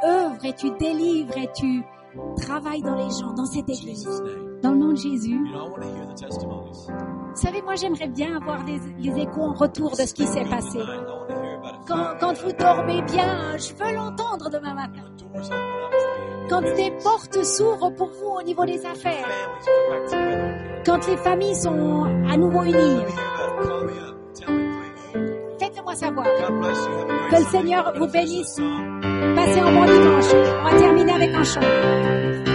œuvres et tu délivres et tu travailles dans les gens, dans cette
In
église.
Jesus' name.
Dans le nom de Jésus.
You know, I want to hear the testimonies.
Vous savez, moi, j'aimerais bien avoir les, les échos en retour de ce qui s'est passé.
Tonight, I want to hear about it.
Quand, quand vous dormez bien, je veux l'entendre demain matin.
When the doors open up for you.
Quand des portes s'ouvrent pour vous au niveau des affaires.
Families come back together.
Quand les familles sont à nouveau unies.
Let me hear about it. Call me up. Tell me, please.
Faites-le-moi savoir.
God bless you. Have a great
Que le
Sunday.
Seigneur
We're
vous
gonna finish
bénisse.
this song.
Passez un bon dimanche. On va terminer avec un chant.